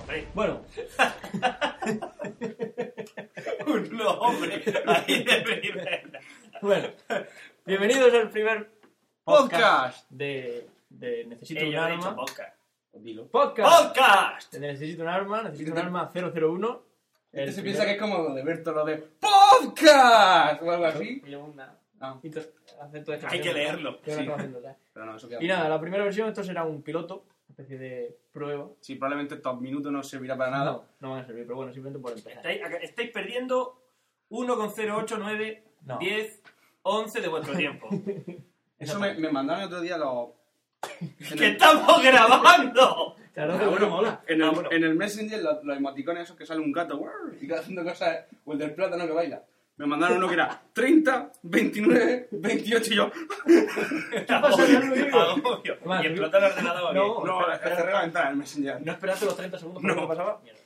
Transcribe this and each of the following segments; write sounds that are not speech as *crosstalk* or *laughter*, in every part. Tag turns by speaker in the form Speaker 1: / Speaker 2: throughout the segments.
Speaker 1: hombre.
Speaker 2: Bueno,
Speaker 1: *laughs* Un hombre. Ahí de primera.
Speaker 2: bueno. *laughs* Bienvenidos al primer
Speaker 3: Podcast.
Speaker 2: de, de Necesito
Speaker 1: Eh,
Speaker 2: un
Speaker 1: yo he dicho
Speaker 2: arma.
Speaker 1: podcast. Dilo.
Speaker 2: Podcast.
Speaker 1: ¡Podcast!
Speaker 2: De Necesito un arma, necesito un arma 001.
Speaker 3: Este se
Speaker 2: primer-
Speaker 3: piensa que es como de Berto lo de podcast o algo así.
Speaker 2: Yo una-
Speaker 3: Ah.
Speaker 2: inter- acento de
Speaker 1: Hay que leerlo.
Speaker 2: Yo no
Speaker 3: Sí.
Speaker 2: tengo acento, ya.
Speaker 3: Pero no, eso queda.
Speaker 2: Y nada, la primera versión, esto será un piloto, una especie de prueba.
Speaker 3: Sí, probablemente estos minutos no servirá para nada.
Speaker 2: No, no van a servir, pero bueno, simplemente por empezar.
Speaker 1: Estáis, estáis perdiendo 1,089,
Speaker 2: No.
Speaker 1: 10, 11 de vuestro
Speaker 2: *laughs*
Speaker 1: tiempo.
Speaker 3: Eso me, me mandaron el otro día los. en
Speaker 1: ¡Que
Speaker 3: el-
Speaker 1: estamos grabando!
Speaker 2: Claro,
Speaker 3: Ah, bueno,
Speaker 2: mola.
Speaker 3: En el,
Speaker 1: Ah, bueno.
Speaker 3: en el Messenger, los, los emoticones esos que sale un gato ¡guau! y que va haciendo cosas, o el del plátano que baila. Me mandaron uno que era 30, 29, 28 y yo.
Speaker 1: Agobio.
Speaker 2: Además,
Speaker 1: Y explota el ordenador.
Speaker 2: No.
Speaker 3: No, cerré la ventana en el Messenger.
Speaker 2: ¿No esperaste los 30 segundos para
Speaker 3: No.
Speaker 2: ver qué pasaba? Mierda.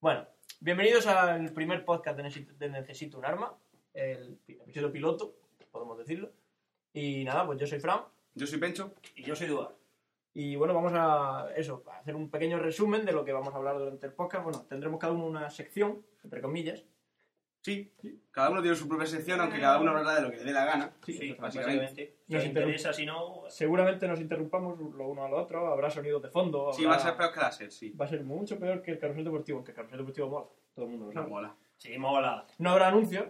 Speaker 2: Bueno, bienvenidos al primer podcast de Necesito, de Necesito un arma, el pi- episodio piloto, podemos decirlo. Y nada, pues yo soy Fran.
Speaker 3: Yo soy Pencho.
Speaker 1: Y yo soy Duarte.
Speaker 2: Y bueno, vamos a eso, a hacer un pequeño resumen de lo que vamos a hablar durante el podcast. Bueno, tendremos cada uno una sección, entre comillas.
Speaker 3: Sí, cada uno tiene su propia sección, aunque cada uno habla de lo que le dé la gana.
Speaker 1: Sí,
Speaker 2: eso es.
Speaker 1: básicamente. Si
Speaker 2: Nos
Speaker 1: os
Speaker 2: interrumpe.
Speaker 1: interesa, si no...
Speaker 2: Seguramente nos interrumpamos lo uno al otro, habrá sonidos de fondo.
Speaker 3: Sí, va
Speaker 2: habrá-
Speaker 3: a ser peor que la SER, sí.
Speaker 2: va a ser mucho peor que el carrusel deportivo, aunque el carrusel deportivo mola, todo el mundo lo
Speaker 3: No
Speaker 2: sabe.
Speaker 3: mola.
Speaker 1: Sí, mola.
Speaker 2: No habrá anuncios.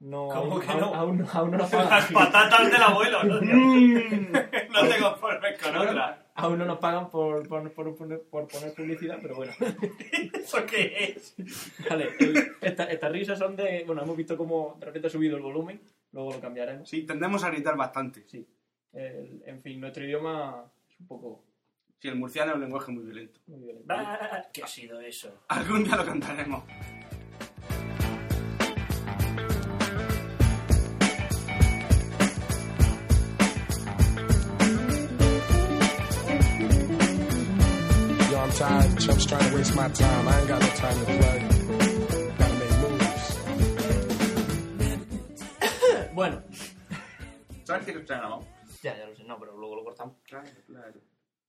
Speaker 2: No,
Speaker 1: ¿Cómo
Speaker 2: aún,
Speaker 1: que
Speaker 2: aún-
Speaker 1: no?
Speaker 2: Aún, no-
Speaker 3: *laughs*
Speaker 2: aún no nos pagan.
Speaker 1: Las patatas del abuelo. No,
Speaker 2: *laughs* Mm.
Speaker 1: *laughs* No te conformes con otra.
Speaker 2: aún no nos pagan por, por, por- por- por poner publicidad, pero bueno.
Speaker 1: ¿Eso qué es?
Speaker 2: *laughs* Vale, el- esta- estas risas son de... Bueno, hemos visto cómo de repente ha subido el volumen, luego lo cambiaremos.
Speaker 3: Sí, tendemos a gritar bastante.
Speaker 2: Sí. El- en fin, nuestro idioma es un poco...
Speaker 3: Sí, el murciano es un lenguaje muy violento.
Speaker 2: muy violento.
Speaker 1: Bah, ¿Qué ha sido eso?
Speaker 3: Algún día lo cantaremos.
Speaker 4: Yo, I'm tired. Chump's trying to waste my time. I ain't got no time to play. Gotta make moves.
Speaker 2: Bueno,
Speaker 3: ¿Sabes que está grabado?
Speaker 2: ya, ya lo sé, no, pero luego lo cortamos.
Speaker 3: Claro, claro.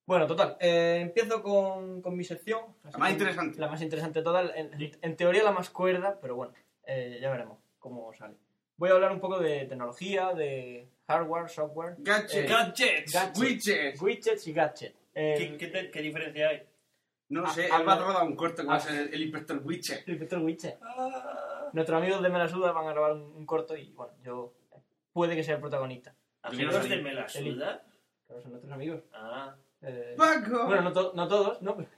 Speaker 2: Bueno, total, eh, empiezo con, con mi sección.
Speaker 3: La más interesante.
Speaker 2: La más interesante de todas, en, en teoría la más cuerda, pero bueno, eh, ya veremos cómo sale. Voy a hablar un poco de tecnología, de hardware, software,
Speaker 3: Gadgets.
Speaker 2: Eh,
Speaker 1: ¡Gadgets!
Speaker 2: Gadgets.
Speaker 3: Widgets.
Speaker 2: widgets y gadgets.
Speaker 1: ¿Qué,
Speaker 2: El,
Speaker 1: qué te- qué diferencia hay?
Speaker 3: No lo
Speaker 2: Ah,
Speaker 3: sé,
Speaker 2: ah,
Speaker 3: él va a
Speaker 2: no.
Speaker 3: rodar un corto que va
Speaker 2: Ah.
Speaker 3: a ser el- el inspector Widget.
Speaker 2: el inspector widget.
Speaker 1: Ah.
Speaker 2: Nuestros amigos de Melasuda van a grabar un, un corto y bueno, yo eh, puede que sea el protagonista.
Speaker 3: quiero
Speaker 1: ¿Amigos de
Speaker 3: salir.
Speaker 1: Melasuda?
Speaker 2: Claro, son nuestros amigos.
Speaker 1: Ah,
Speaker 2: Eh,
Speaker 3: ¡Paco!
Speaker 2: bueno, no, to- no todos, ¿no? pero-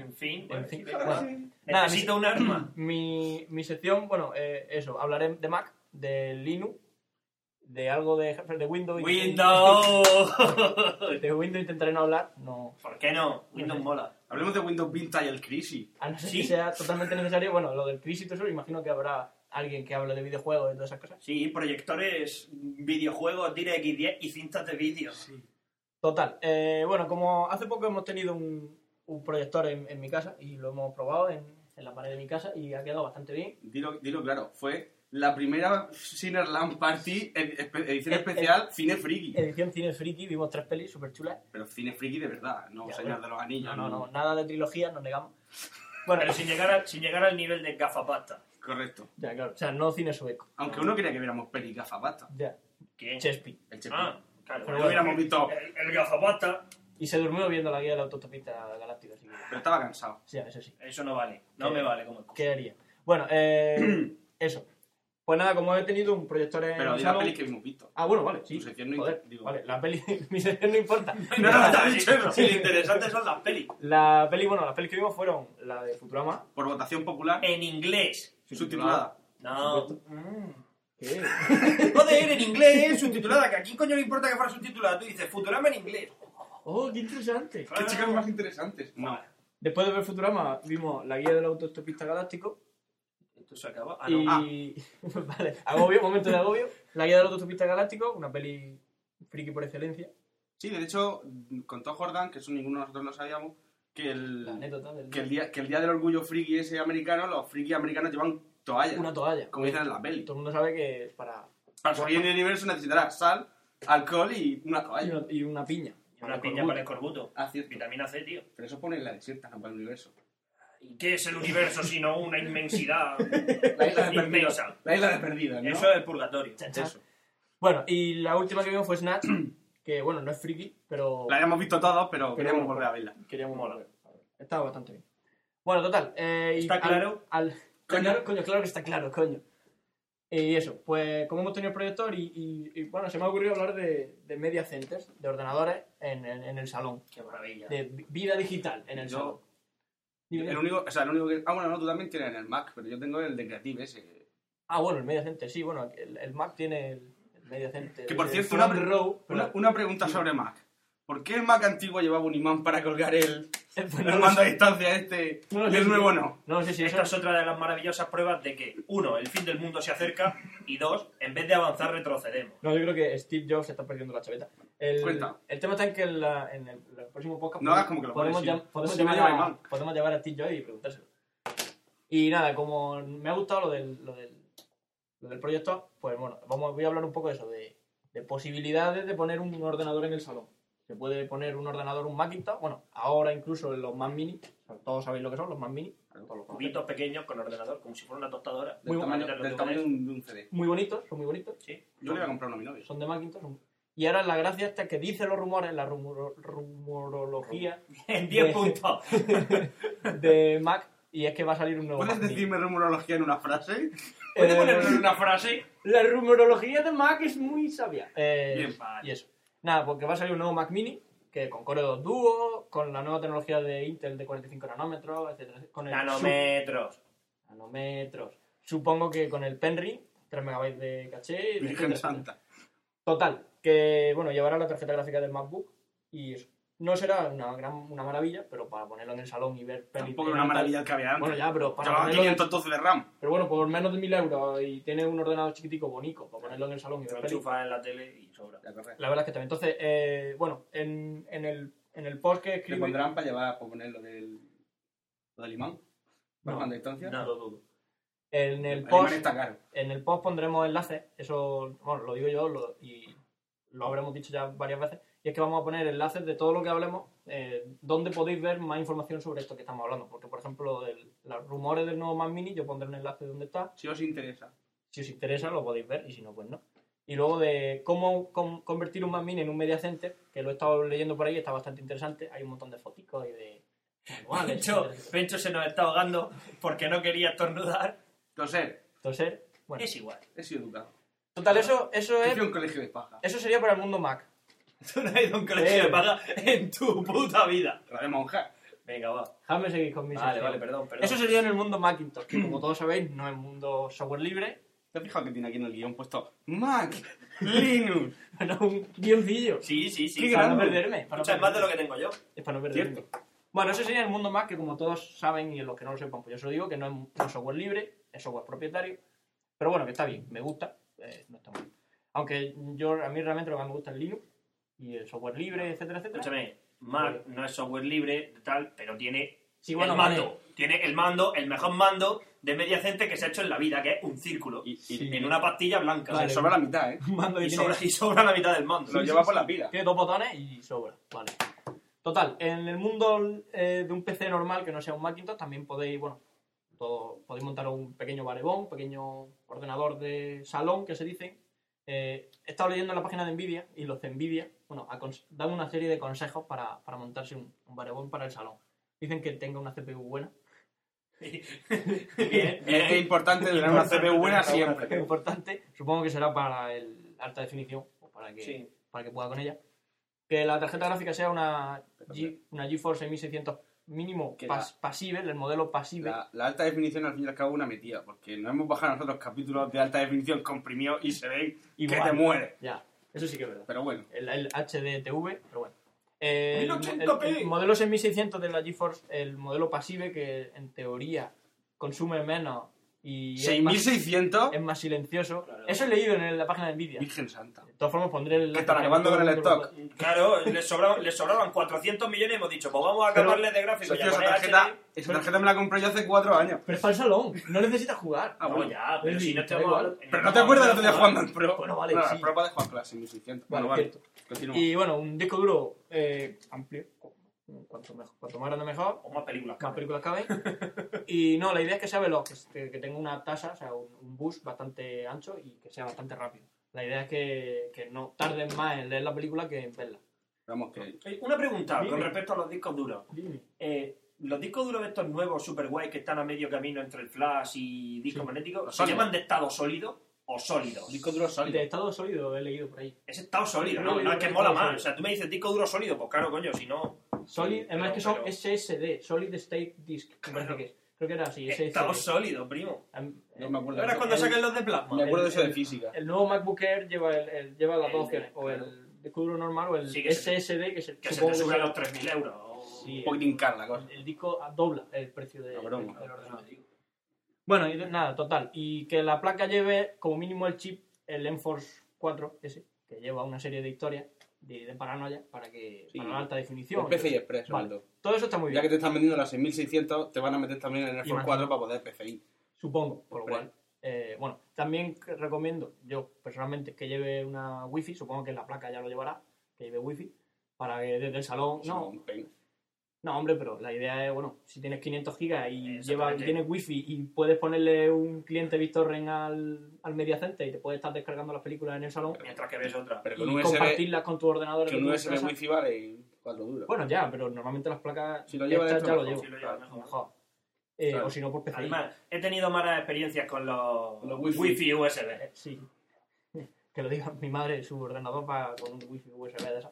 Speaker 1: en fin.
Speaker 2: En
Speaker 1: bueno,
Speaker 2: fin,
Speaker 1: sí,
Speaker 2: bueno.
Speaker 1: bueno.
Speaker 2: Nada,
Speaker 1: Necesito un *clears throat* arma.
Speaker 2: Mi, mi sección, bueno, eh, eso, hablaré de Mac, de Linux, de algo de, de Windows.
Speaker 1: ¡Windows!
Speaker 2: *laughs* De Windows intentaré no hablar, no,
Speaker 1: ¿Por qué no? Windows
Speaker 2: sé.
Speaker 1: mola.
Speaker 3: Hablemos de Windows Vista y el Crisis.
Speaker 2: a no ser
Speaker 1: Sí.
Speaker 2: que sea totalmente necesario. Bueno, lo del crisis y todo eso, imagino que habrá alguien que hable de videojuegos y todas esas cosas.
Speaker 1: Sí, proyectores, videojuegos, DirectX 10 y cintas de vídeo.
Speaker 2: Total, eh, bueno, como hace poco hemos tenido un, un proyector en, en mi casa y lo hemos probado en, en la pared de mi casa y ha quedado bastante bien.
Speaker 3: Dilo, dilo claro, fue la primera Cinerland Party ed- espe- edición
Speaker 2: Eh,
Speaker 3: especial Cine Friki.
Speaker 2: Edición Cine Friki, vimos tres pelis súper chulas.
Speaker 3: Pero Cine Friki de verdad, no
Speaker 2: Ya,
Speaker 3: Señor
Speaker 2: bueno.
Speaker 3: de los Anillos.
Speaker 2: No, no, no, nada de trilogía, nos negamos. Bueno,
Speaker 1: Pero sin llegar, a- sin llegar al nivel de gafapasta.
Speaker 3: Correcto.
Speaker 2: ya, claro, o sea, no cine sueco.
Speaker 3: Aunque uno quería que viéramos peli gafapasta.
Speaker 2: Ya,
Speaker 1: ¿Quién?
Speaker 2: Chespi.
Speaker 3: El Chepi.
Speaker 1: Ah, claro. bueno,
Speaker 2: Pero
Speaker 3: no hubiéramos visto.
Speaker 1: El, el gafapasta.
Speaker 2: Y se durmió viendo la guía de la autotopista galáctica, así que,
Speaker 3: Pero estaba cansado.
Speaker 2: sí, eso sí.
Speaker 1: Eso no vale. No
Speaker 2: ¿Qué?
Speaker 1: me vale como excusa.
Speaker 2: ¿Qué haría? Bueno,
Speaker 3: *clears throat*
Speaker 2: eh, eso. Pues nada, como he tenido un proyector en
Speaker 3: Pero
Speaker 2: el
Speaker 3: di la
Speaker 2: salón...
Speaker 3: peli que hemos visto.
Speaker 2: Ah, bueno, vale, sí.
Speaker 3: Tu sección no
Speaker 2: Joder,
Speaker 3: inter- digo-
Speaker 2: Vale, la peli... *laughs* Mi sección no
Speaker 3: *laughs*
Speaker 2: importa.
Speaker 5: *laughs*
Speaker 1: No, no,
Speaker 3: te ha
Speaker 1: no,
Speaker 3: dicho
Speaker 1: sí,
Speaker 3: eso.
Speaker 1: sí, lo interesante son las pelis.
Speaker 2: La peli, bueno, las pelis que vimos fueron la de Futurama.
Speaker 3: Por votación popular,
Speaker 1: En inglés.
Speaker 3: subtitulada.
Speaker 1: No.
Speaker 2: Por
Speaker 3: *laughs*
Speaker 2: ¿Qué?
Speaker 1: Joder, en inglés, subtitulada. Que aquí coño no importa que fuera subtitulada. Tú dices Futurama en inglés.
Speaker 2: ¡Oh, qué interesante!
Speaker 3: ¿Qué chicas más interesantes? No.
Speaker 2: Después de ver Futurama, vimos la guía del autostopista galáctico
Speaker 1: Esto se acaba. Ah, no.
Speaker 2: y... *laughs* vale, agobio, momento de agobio. La guía del autostopista galáctico, una peli friki por excelencia.
Speaker 3: Sí, de hecho, contó Jordan, que eso ninguno de nosotros lo sabíamos, que el,
Speaker 2: La anécdota del...
Speaker 3: que el, día, que el día del orgullo friki ese americano, los frikis americanos llevan toallas.
Speaker 2: Una toalla.
Speaker 3: como dicen en la peli.
Speaker 2: Todo el mundo sabe que para...
Speaker 3: Para salir en el universo necesitarás sal, alcohol y una
Speaker 2: Y
Speaker 3: toalla.
Speaker 2: una, y una piña.
Speaker 1: Una piña para el corbuto.
Speaker 3: Ah, cierto.
Speaker 1: Vitamina C, tío.
Speaker 3: Pero eso pone en la desierta, no para el universo.
Speaker 5: ¿Y qué es el universo sino una
Speaker 1: *laughs*
Speaker 5: inmensidad?
Speaker 3: La isla de perdidos.
Speaker 5: Inmensa.
Speaker 3: La isla de perdidos, ¿no?
Speaker 6: Eso es el purgatorio.
Speaker 2: Eso. Bueno, y la última que vimos fue Snatch, que bueno, no es friki, pero
Speaker 6: La habíamos visto todos, pero queríamos volver a verla.
Speaker 2: queríamos mola. Estaba bastante bien. Bueno, total. eh, y
Speaker 6: ¿Está
Speaker 2: al-
Speaker 6: claro?
Speaker 2: al- Coño, coño, claro que está claro, coño. Y eso, pues como hemos tenido el proyector y, y- y, bueno, se me ha ocurrido hablar de, de media centers, de ordenadores en, en- en el salón,
Speaker 5: Qué maravilla.
Speaker 2: de vi- vida digital en el
Speaker 3: Yo-
Speaker 2: salón. Dime,
Speaker 3: El
Speaker 2: dime.
Speaker 3: único, o sea, el único que... Ah, bueno, no, tú también tienes en el Mac, pero yo tengo el de Creative ese.
Speaker 2: Ah, bueno, el media center, sí, bueno, el, el Mac tiene el, el media center.
Speaker 3: Que, por
Speaker 2: el
Speaker 3: cierto,
Speaker 2: Eh, front
Speaker 3: una-
Speaker 2: row, *laughs*
Speaker 3: Una, una pregunta sobre Mac. ¿Por qué el Mac antiguo llevaba un imán para
Speaker 2: *laughs*
Speaker 3: colgar el,
Speaker 2: pero-
Speaker 3: el
Speaker 2: no lo
Speaker 3: mando a
Speaker 2: sé.
Speaker 3: distancia este
Speaker 2: No lo
Speaker 3: y
Speaker 2: sé
Speaker 3: el
Speaker 2: si-
Speaker 3: nuevo no?
Speaker 2: No sé si eso
Speaker 5: Esta es otra de las maravillosas pruebas de que, uno, el fin del mundo se acerca y dos, en vez de avanzar, retrocedemos.
Speaker 2: No, yo creo que Steve Jobs se está perdiendo la chaveta. El,
Speaker 3: Cuenta.
Speaker 2: el tema está en que en, la- en el, el próximo podcast
Speaker 3: No hagas como que lo
Speaker 2: podemos,
Speaker 3: pones, sí.
Speaker 2: llam- podemos
Speaker 3: Si no
Speaker 2: llamar
Speaker 3: lleva
Speaker 2: a,
Speaker 3: imán.
Speaker 2: podemos llamar a Steve Jobs y preguntárselo. Y nada, como me ha gustado lo del, lo del, lo del proyecto, pues bueno, vamos, voy a hablar un poco de eso, de, de posibilidades de poner un ordenador en el salón. Se puede poner un ordenador, un Macintosh, bueno, ahora incluso los Mac Mini, todos sabéis lo que son los Mac Mini, todos los conocéis.
Speaker 5: Cubitos pequeños con ordenador, como si fuera una tostadora.
Speaker 3: Del
Speaker 2: Muy
Speaker 3: tamaño,
Speaker 5: bueno.
Speaker 3: del tamaño de, un, de un CD.
Speaker 2: muy bonitos, son muy bonitos.
Speaker 5: Sí.
Speaker 3: Yo le voy a comprar uno a mi novio.
Speaker 2: son de Macintosh. son- Y ahora la gracia esta que dice los rumores, la rumoro- rumorología
Speaker 5: *laughs* En 10 puntos.
Speaker 2: de Mac, y es que va a salir un nuevo
Speaker 3: ¿Puedes
Speaker 2: Mac Mini.
Speaker 3: decirme rumorología en una frase?
Speaker 5: ¿Puedes
Speaker 2: Eh,
Speaker 5: ponernos una frase?
Speaker 2: La rumorología de Mac es muy sabia. Eh,
Speaker 3: Bien,
Speaker 2: y eso. Nada, porque va a salir un nuevo Mac Mini, que con Core 2 Duo, con la nueva tecnología de Intel de 45 nanómetros, etcétera, con el
Speaker 5: Nanómetros.
Speaker 2: su- nanómetros. Supongo que con el Penry, 3 MB de caché.
Speaker 3: Virgen
Speaker 2: etcétera,
Speaker 3: Santa.
Speaker 2: Total, que bueno, llevará la tarjeta gráfica del MacBook y eso. No será una gran una maravilla, pero para ponerlo en el salón y ver pelis-
Speaker 3: Tampoco era una
Speaker 2: tal-
Speaker 3: maravilla el que había antes.
Speaker 2: Bueno, ya, pero para
Speaker 3: Llevaba
Speaker 2: ponerlo-
Speaker 3: 512 de RAM.
Speaker 2: Pero bueno, por menos de 1000 euros y tiene un ordenador chiquitico bonito para ponerlo en el salón y
Speaker 5: Lo
Speaker 2: ver pelis,
Speaker 5: enchufas en la tele y sobra.
Speaker 3: Ya, correcto.
Speaker 2: La verdad es que también. Entonces, eh, bueno, en, en el, en el post que
Speaker 3: ¿Te
Speaker 2: escribí.
Speaker 3: pondrán para llevar, para poner lo del, lo del imán? ¿Para
Speaker 2: No.
Speaker 3: cuando distancia?
Speaker 5: No lo dudo.
Speaker 2: En
Speaker 3: El
Speaker 2: el
Speaker 3: imán
Speaker 2: post,
Speaker 3: está caro.
Speaker 2: en el post pondremos enlaces, eso, bueno, lo digo yo lo- y lo habremos dicho ya varias veces, y es que vamos a poner enlaces de todo lo que hablemos, eh, donde podéis ver más información sobre esto que estamos hablando, porque por ejemplo, el- los rumores del nuevo Mac Mini, yo pondré un enlace de donde está,
Speaker 3: Si os interesa.
Speaker 2: si os interesa lo podéis ver y si no, pues no. Y luego de cómo con- convertir un Mac Mini en un media center, que lo he estado leyendo por ahí, está bastante interesante, hay un montón de foticos y de... manuales,
Speaker 5: Pencho,
Speaker 2: etcétera.
Speaker 5: Pencho se nos está ahogando porque no quería estornudar.
Speaker 3: Entonces,
Speaker 2: Entonces, bueno.
Speaker 5: Es igual. *laughs*
Speaker 3: he sido educado.
Speaker 2: Total, eso, eso
Speaker 3: Yo
Speaker 2: es...
Speaker 3: fui a un colegio de paja.
Speaker 2: Eso sería para el mundo Mac.
Speaker 5: Tú no has ido a un colegio de paga en tu puta vida.
Speaker 3: La de monja.
Speaker 5: Venga, va.
Speaker 2: Déjame seguir con mi
Speaker 5: Vale,
Speaker 2: sección.
Speaker 5: vale, perdón, perdón.
Speaker 2: Eso sería en el mundo Macintosh, que como todos sabéis, no es mundo software libre, *laughs*
Speaker 3: ¿Te has fijado que tiene aquí en el guión puesto Mac,
Speaker 2: *laughs*
Speaker 3: Linux?
Speaker 2: no un guioncillo.
Speaker 5: Sí, sí, sí.
Speaker 3: Qué
Speaker 2: para
Speaker 3: grande.
Speaker 2: no perderme. Para no
Speaker 5: Muchas más de
Speaker 2: perderme.
Speaker 5: lo que tengo yo.
Speaker 2: Es para no perderme. Bueno, eso sería el mundo Mac, que como todos saben y los que no lo sepan, pues yo se lo digo, que no es un software libre, es software propietario. Pero bueno, que está bien, me gusta. eh, no está mal. Aunque yo, a mí realmente lo que más me gusta es Linux y el software libre, etcétera, etcétera.
Speaker 5: Escúchame, Mac no es software libre, tal, pero tiene
Speaker 2: Sí, bueno,
Speaker 5: el
Speaker 2: vale.
Speaker 5: mando. Tiene el mando, el mejor mando de media center que se ha hecho en la vida, que es un círculo.
Speaker 3: Y, y
Speaker 2: Sí.
Speaker 5: En una pastilla blanca.
Speaker 2: Vale.
Speaker 3: sobra la mitad, ¿eh?
Speaker 2: *laughs* Un mando que
Speaker 5: Y,
Speaker 2: tiene-
Speaker 5: sobra, y sobra la mitad del mando.
Speaker 3: Lo lleva por la pila.
Speaker 2: Tiene dos botones y sobra, vale. Total, en el mundo eh, de un PC normal que no sea un Macintosh también podéis, bueno, todo- podéis montar un pequeño barebón, un pequeño ordenador de salón que se dice. Eh, he estado leyendo en la página de Nvidia y los de Nvidia, bueno, aconse- dan una serie de consejos para, para montarse un, un barebón para el salón. Dicen que tenga una CPU buena,
Speaker 1: *laughs*
Speaker 5: Bien,
Speaker 3: Es
Speaker 5: bien.
Speaker 3: importante tener una CPU buena
Speaker 2: que es
Speaker 3: siempre.
Speaker 2: importante, supongo que será para el alta definición, o para que
Speaker 5: Sí.
Speaker 2: para que pueda con ella. Que la tarjeta gráfica sea una, G, una GeForce 6600 mínimo
Speaker 3: Que
Speaker 2: pas- pasive, el modelo pasive.
Speaker 3: La, la alta definición al fin y al cabo es una metida, porque no hemos bajado nosotros capítulos de alta definición comprimidos y se ven que
Speaker 2: Igual.
Speaker 3: te muere.
Speaker 2: Ya, eso sí que es verdad.
Speaker 3: Pero bueno,
Speaker 2: El, el HDTV, pero bueno. Eh, El,
Speaker 5: 1080p.
Speaker 2: el- el modelo 6600 de la GeForce, el modelo pasive que en teoría consume menos y es más,
Speaker 3: 6600.
Speaker 2: es más silencioso.
Speaker 5: Claro.
Speaker 2: Eso he leído en el- la página de Nvidia. De
Speaker 3: Virgen Santa.
Speaker 2: todas formas pondré el...
Speaker 3: Que
Speaker 2: enlace para
Speaker 3: están acabando
Speaker 2: todo
Speaker 3: con el
Speaker 2: mundo lo
Speaker 3: stock.
Speaker 2: pueda-
Speaker 5: Claro, les sobraban, les sobraban 400 millones y hemos dicho, pues vamos a
Speaker 2: Pero-
Speaker 5: acabarle de gráfico.
Speaker 3: Socio,
Speaker 5: Ya,
Speaker 3: esa
Speaker 5: poner
Speaker 3: tarjeta,
Speaker 5: HDMI.
Speaker 3: esa tarjeta me la compré yo hace cuatro años.
Speaker 2: Pero es para el salón, no necesitas jugar.
Speaker 3: Ah,
Speaker 5: No,
Speaker 3: bueno.
Speaker 5: ya, pero
Speaker 2: Sí,
Speaker 5: si no
Speaker 2: da
Speaker 5: estamos...
Speaker 2: igual.
Speaker 5: en el
Speaker 3: Pero no te acuerdas de lo que te jugando al pro.
Speaker 2: Bueno, vale,
Speaker 3: Bueno,
Speaker 2: sí.
Speaker 3: el pro para de jugar clase 1600.
Speaker 2: Vale,
Speaker 3: Bueno, vale.
Speaker 2: cierto.
Speaker 3: Continúa.
Speaker 2: Y bueno, un disco duro eh, amplio, Cuanto, mejor, cuanto más grande mejor,
Speaker 1: O más películas.
Speaker 2: más
Speaker 1: cabrón.
Speaker 2: películas caben. Y no, la idea es que sea veloz, que, este- que tenga una tasa, o sea, un, un bus bastante ancho y que sea bastante rápido. La idea es que, que no tarden más en leer la película que en verla.
Speaker 3: Vamos que...
Speaker 1: Oye, Una pregunta con
Speaker 2: Dime.
Speaker 1: respecto a los discos duros. Eh, los discos duros de estos nuevos super guays que están a medio camino entre el flash y disco magnético, ¿se
Speaker 3: sólidos.
Speaker 1: llaman de estado sólido o sólidos?
Speaker 3: Disco duro
Speaker 2: De
Speaker 3: sólido.
Speaker 2: estado sólido he leído por ahí.
Speaker 1: Es estado sólido,
Speaker 2: No,
Speaker 1: no,
Speaker 2: no,
Speaker 1: no es que
Speaker 2: no,
Speaker 1: mola
Speaker 2: no,
Speaker 1: más.
Speaker 2: sólido.
Speaker 1: O sea, tú me dices disco duro sólido, pues claro, coño, si no.
Speaker 2: Solid,
Speaker 1: Sí,
Speaker 2: además
Speaker 1: pero-
Speaker 2: que son
Speaker 1: pero-
Speaker 2: SSD, Solid State Disk, me parece
Speaker 1: Claro. Eh,
Speaker 2: que es. Creo que era así,
Speaker 1: Estado
Speaker 2: SSD.
Speaker 1: sólido, primo.
Speaker 2: Am- eh,
Speaker 3: No me acuerdo.
Speaker 1: Ahora cuando
Speaker 2: el-
Speaker 1: saquen los de
Speaker 3: Me
Speaker 1: plasma.
Speaker 3: acuerdo de eso
Speaker 2: el-
Speaker 3: de física.
Speaker 2: El nuevo MacBook Air lleva, el, el- lleva las
Speaker 1: El
Speaker 2: dos
Speaker 1: de-
Speaker 2: opciones, o
Speaker 1: claro.
Speaker 2: el disco duro normal o el
Speaker 1: Sí, que se-
Speaker 2: SSD, que, se,
Speaker 1: Que se
Speaker 2: supongo
Speaker 1: te sube a
Speaker 2: será-
Speaker 1: los 3.000 euros. o-
Speaker 2: Sí,
Speaker 3: Un
Speaker 2: el,
Speaker 3: poquitín cara la cosa.
Speaker 2: el- el disco ah, dobla el precio de-
Speaker 3: La
Speaker 2: del
Speaker 3: broma.
Speaker 2: del ordenador. Bueno, y de- nada, total. Y que la placa lleve como mínimo el chip, el Enforce 4, ese, que lleva una serie de historias de, de paranoia para que
Speaker 3: Sí.
Speaker 2: para la alta definición.
Speaker 3: El PCI Express, sobre
Speaker 2: Vale.
Speaker 3: todo.
Speaker 2: Todo eso está muy
Speaker 3: Ya
Speaker 2: bien,
Speaker 3: que te están vendiendo las 6600, te van a meter también en el
Speaker 2: Y
Speaker 3: Force
Speaker 2: más.
Speaker 3: 4 para poder PCI.
Speaker 2: supongo. Por lo
Speaker 3: Hombre.
Speaker 2: cual, eh, bueno, también que recomiendo, yo personalmente, que lleve una wifi, supongo que la placa ya lo llevará, que lleve wifi, para que desde el salón.
Speaker 3: No,
Speaker 2: No,
Speaker 3: un pen.
Speaker 2: No, hombre, pero la idea es, bueno, si tienes 500 gigas y lleva,
Speaker 1: Exactamente.
Speaker 2: tienes wifi y puedes ponerle un cliente BitTorrent al, al Media Center y te puedes estar descargando las películas en el salón
Speaker 1: Mientras que ves otra.
Speaker 3: Pero
Speaker 2: y
Speaker 3: con un USB,
Speaker 2: compartirlas con tu ordenador.
Speaker 3: que
Speaker 2: que Pues,
Speaker 3: un
Speaker 2: tienes en
Speaker 3: USB
Speaker 2: casa.
Speaker 3: wifi vale 4 duros.
Speaker 2: Bueno, ya, pero normalmente las placas
Speaker 3: Si lo lleva
Speaker 2: estas
Speaker 3: dentro,
Speaker 2: ya lo
Speaker 3: mejor,
Speaker 2: llevo.
Speaker 1: si lo lleva mejor.
Speaker 2: Mejor. Eh,
Speaker 3: Claro.
Speaker 2: O si no, por PCI.
Speaker 1: Además, he tenido malas experiencias con los,
Speaker 3: Con los wifi.
Speaker 1: USB.
Speaker 2: Eh, sí. Que lo diga mi madre, su ordenador va con un wifi USB de esa.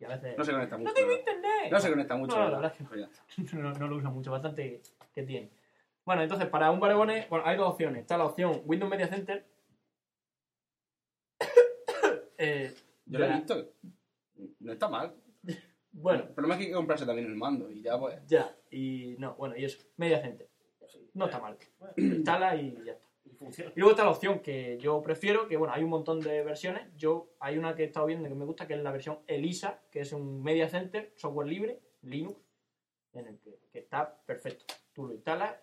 Speaker 2: Y a veces...
Speaker 3: No se conecta mucho.
Speaker 2: ¡No tengo
Speaker 3: ¿verdad?
Speaker 2: internet!
Speaker 3: No se conecta mucho.
Speaker 2: No, la
Speaker 3: ¿verdad?
Speaker 2: verdad es que no.
Speaker 3: Pues ya.
Speaker 2: no, no lo usa mucho, bastante que tiene. Bueno, entonces para un barebone, bueno, hay dos opciones. Está la opción Windows Media Center. *coughs* Eh, de
Speaker 3: Yo lo he
Speaker 2: la-
Speaker 3: visto. No está mal.
Speaker 2: Bueno,
Speaker 3: El problema es que hay que comprarse también el mando y ya pues.
Speaker 2: ya. Y no, bueno, y eso. Media Center. No está mal. Instala y ya está.
Speaker 1: Y funciona.
Speaker 2: Y luego está la opción que yo prefiero, que bueno, hay un montón de versiones. Yo hay una que he estado viendo que me gusta, que es la versión ELISA, que es un Media Center, software libre, Linux, en el que, que está perfecto. Tú lo instalas,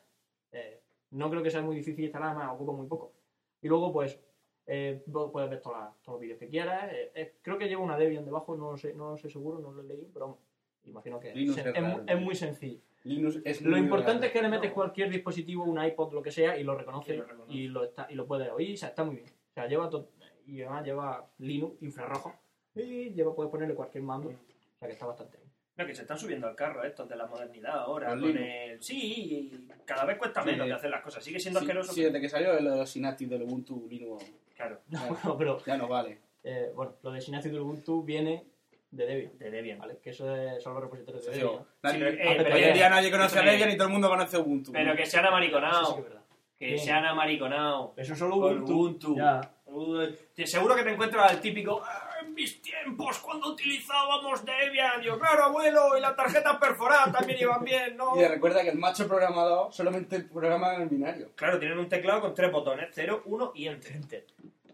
Speaker 2: eh, no creo que sea muy difícil instalar, además ocupa muy poco. Y luego, pues, eh, vos puedes ver todas las- todos los vídeos que quieras. eh, eh, creo que lleva una Debian debajo, no lo sé, no lo sé seguro, no lo he leído, pero vamos, imagino que
Speaker 3: Linux
Speaker 2: es-
Speaker 3: es
Speaker 2: es mu-
Speaker 3: raro,
Speaker 2: es
Speaker 3: ¿no?
Speaker 2: muy sencillo.
Speaker 3: Linux es
Speaker 2: Lo
Speaker 3: muy
Speaker 2: importante es
Speaker 3: grande.
Speaker 2: que le metes cualquier dispositivo, un iPod, lo que sea, y lo reconoce
Speaker 1: Y
Speaker 2: y
Speaker 1: lo
Speaker 2: lo,
Speaker 1: reconoce.
Speaker 2: está, y lo puede oír. O sea, está muy bien. O sea, lleva to- y además lleva Linux infrarrojo. Y lleva, puedes ponerle cualquier mando. O sea, que está bastante bien. *laughs*
Speaker 1: No, que se están subiendo al carro estos de la modernidad ahora.
Speaker 3: Los
Speaker 1: Con
Speaker 3: Linux.
Speaker 1: el... Sí, y cada vez cuesta
Speaker 3: Sí.
Speaker 1: menos de hacer las cosas. Sigue siendo
Speaker 3: Sí,
Speaker 1: asqueroso.
Speaker 3: sí, desde que salió lo de los Synaptic del Ubuntu Linux
Speaker 1: Claro,
Speaker 3: Claro.
Speaker 2: Bueno, pero
Speaker 3: ya no vale.
Speaker 2: eh, bueno, lo de Synaptic de Ubuntu viene de Debian,
Speaker 1: de Debian.
Speaker 2: ¿vale? Que eso es- son los repositorios de
Speaker 3: Sí,
Speaker 2: Debian.
Speaker 3: nadie-
Speaker 1: pero, eh,
Speaker 3: hoy
Speaker 2: pero
Speaker 3: en día
Speaker 1: ya-
Speaker 3: nadie conoce a
Speaker 1: pero-
Speaker 3: Debian y todo el mundo conoce a Ubuntu.
Speaker 1: Pero que se han
Speaker 2: Eso sí
Speaker 1: amariconado.
Speaker 2: que es verdad.
Speaker 1: Que
Speaker 2: Bien.
Speaker 1: se han amariconado.
Speaker 2: Eso solo
Speaker 1: Con
Speaker 2: Ubuntu.
Speaker 1: Ubuntu.
Speaker 2: Ya.
Speaker 1: Uy, te- Seguro que te encuentras al típico. "Ah, En mis tiempos, cuando utilizábamos Debian. Yo, claro, abuelo, y las tarjetas perforadas también iban bien, ¿no?
Speaker 3: *laughs* Y le recuerda que el macho programador solamente programa en el binario.
Speaker 1: Claro, tienen un teclado con tres botones: 0, 1 y enter.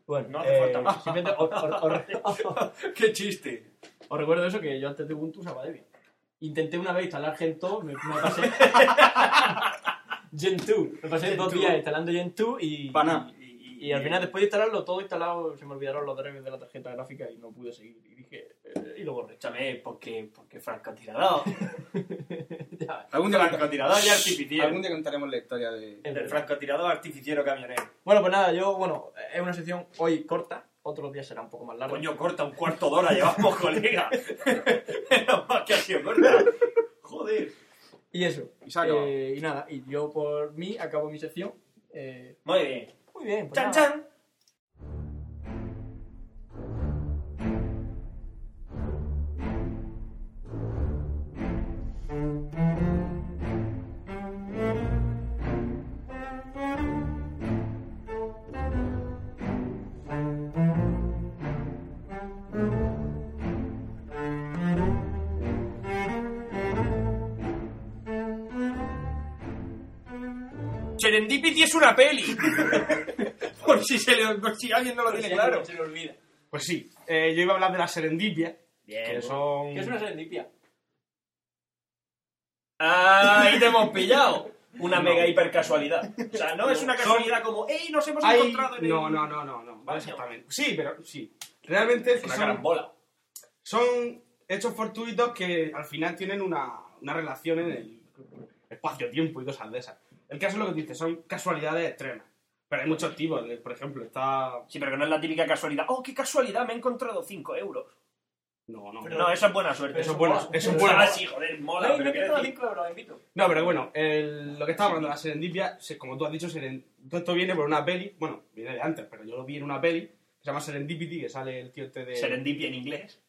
Speaker 2: Bueno, eh,
Speaker 1: No hace falta más.
Speaker 2: simplemente os- os- os-
Speaker 1: *laughs* ¡Qué chiste!
Speaker 2: Os recuerdo eso que yo antes de Ubuntu usaba Debian. Intenté una vez instalar Gentoo, me, me
Speaker 1: *laughs*
Speaker 2: pasé. Gentoo. Me pasé dos
Speaker 1: Gentoo.
Speaker 2: días instalando Gentoo y.
Speaker 3: Pana.
Speaker 2: Y, y- y al final, después de instalarlo, todo instalado, se me olvidaron los drivers de la tarjeta gráfica y no pude seguir. Y dije. eh, y lo borré. *laughs*
Speaker 1: Escúchame, porque, porque *laughs* francotirador.
Speaker 2: Ya.
Speaker 3: Algún día,
Speaker 1: francotirador y artificiero.
Speaker 3: algún día contaremos la historia de...
Speaker 2: En
Speaker 1: Del
Speaker 2: verdad.
Speaker 1: francotirador artificiero camionero.
Speaker 2: Bueno, pues nada, yo, bueno, es una sección hoy corta, otros días será un poco más larga.
Speaker 1: Ah, Coño, corta, un cuarto de hora *laughs* llevamos, colega. Menos mal que ha sido corta. *laughs* Joder.
Speaker 2: Y eso.
Speaker 3: Y se ha acabado.
Speaker 2: Eh, y nada, y yo por mí acabo mi sección. Eh,
Speaker 1: Muy bien.
Speaker 2: muy bien. pues
Speaker 1: Chan,
Speaker 2: nada.
Speaker 1: chan. Serendipity es una *laughs* peli. por si, se le, por si alguien no lo tiene claro.
Speaker 2: Se me olvida.
Speaker 3: Pues sí, eh, yo iba a hablar de las serendipias,
Speaker 1: Bien.
Speaker 3: que son...
Speaker 2: ¿Qué es una serendipia?
Speaker 1: Ahí te hemos pillado. Una mega hiper casualidad. O sea, no es una
Speaker 3: Son-
Speaker 1: casualidad como, ¡ey! Nos hemos
Speaker 3: Hay-
Speaker 1: encontrado en el-
Speaker 3: No, no, no, no, no, vale, exactamente. Sí, pero sí. Realmente
Speaker 1: Una
Speaker 3: son,
Speaker 1: carambola.
Speaker 3: son hechos fortuitos que al final tienen una, una relación en el espacio-tiempo y cosas de esas. El caso es lo que dices, son casualidades extremas. Pero hay muchos tipos, de- por ejemplo, está...
Speaker 1: Sí, pero que no es la típica casualidad. ¡Oh, qué casualidad! Me he encontrado 5 euros.
Speaker 3: No, no.
Speaker 1: no, eso es buena suerte.
Speaker 3: Eso es buena- eso es
Speaker 1: Ah,
Speaker 3: buena.
Speaker 1: sí, joder, mola.
Speaker 2: Ay,
Speaker 1: pero
Speaker 2: me he
Speaker 1: quiero
Speaker 2: quedado
Speaker 1: decir-
Speaker 2: cinco euros, invito.
Speaker 3: No, pero bueno, el- lo que estaba hablando, la serendipia, se- como tú has dicho, seren- todo esto viene por una peli, bueno, viene de antes, pero yo lo vi en una peli que se llama Serendipity, que sale el tío este de...
Speaker 1: Serendipia en inglés.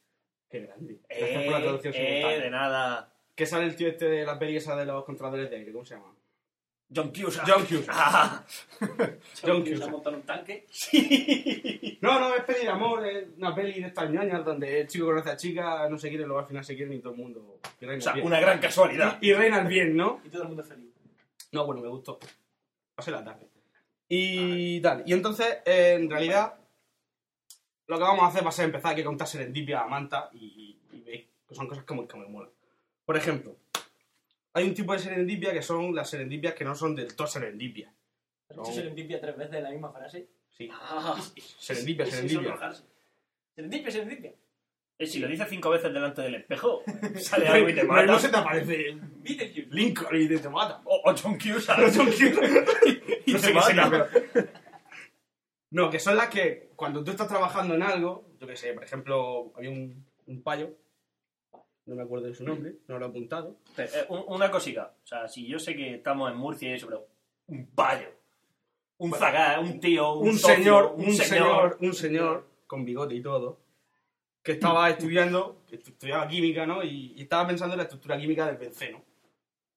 Speaker 3: Qué grande. Gracias
Speaker 1: Eh,
Speaker 3: por la traducción
Speaker 1: eh,
Speaker 3: simultánea.
Speaker 1: de nada.
Speaker 3: Que sale el tío este de la peli esa de los controladores de aire, ¿cómo se llama?
Speaker 1: John Cusack.
Speaker 3: John Cusack.
Speaker 1: *laughs* Ah,
Speaker 3: John
Speaker 2: Se ha
Speaker 3: Cusack.
Speaker 2: montado un tanque.
Speaker 3: No, no, es peli de amor, es una peli de estas ñoñas donde el chico conoce a chica, no se quieren, luego al final se quieren y todo el mundo... Y reina
Speaker 1: o sea,
Speaker 3: bien.
Speaker 1: una gran casualidad.
Speaker 3: Y reina el bien, ¿no?
Speaker 2: Y todo el mundo feliz.
Speaker 3: No, bueno, me gustó. Pasé la tarde.
Speaker 1: Ah,
Speaker 3: Y tal. Y entonces, eh, en realidad, lo que vamos a hacer va a ser empezar a contar serendipia a Manta y, y- y veis que son cosas que me, que me molan. Por ejemplo, hay un tipo de serendipia que son las serendipias que no son del todo serendipia.
Speaker 2: ¿Has
Speaker 3: No.
Speaker 2: dicho serendipia tres veces en la misma frase?
Speaker 3: Sí,
Speaker 2: Ah,
Speaker 3: serendipia, serendipia.
Speaker 2: Serendipia, serendipia.
Speaker 1: Eh, si lo dices cinco veces delante del
Speaker 3: *laughs*
Speaker 1: espejo, sale algo y te
Speaker 3: Pero no
Speaker 1: mata.
Speaker 3: se te aparece
Speaker 2: Beetlejuice.
Speaker 3: Lincoln y te, te
Speaker 1: *laughs*
Speaker 3: mata.
Speaker 1: O, o John Cusack.
Speaker 3: *laughs*
Speaker 1: *laughs*
Speaker 3: No sé
Speaker 1: te
Speaker 3: qué
Speaker 1: mata.
Speaker 3: será, pero- No, que son las que cuando tú estás trabajando en algo, yo qué sé, por ejemplo, había un, un payo, no me acuerdo de su nombre, no lo he apuntado.
Speaker 1: Eh, un- una cosita. O sea, si yo sé que estamos en Murcia y eso, pero un payo. Un zagá, un tío, un,
Speaker 3: Un
Speaker 1: socio,
Speaker 3: señor, un señor, un señor, con bigote y todo, que estaba estudiando, que estu- estudiaba química, ¿no? Y, y estaba pensando en la estructura química del benceno.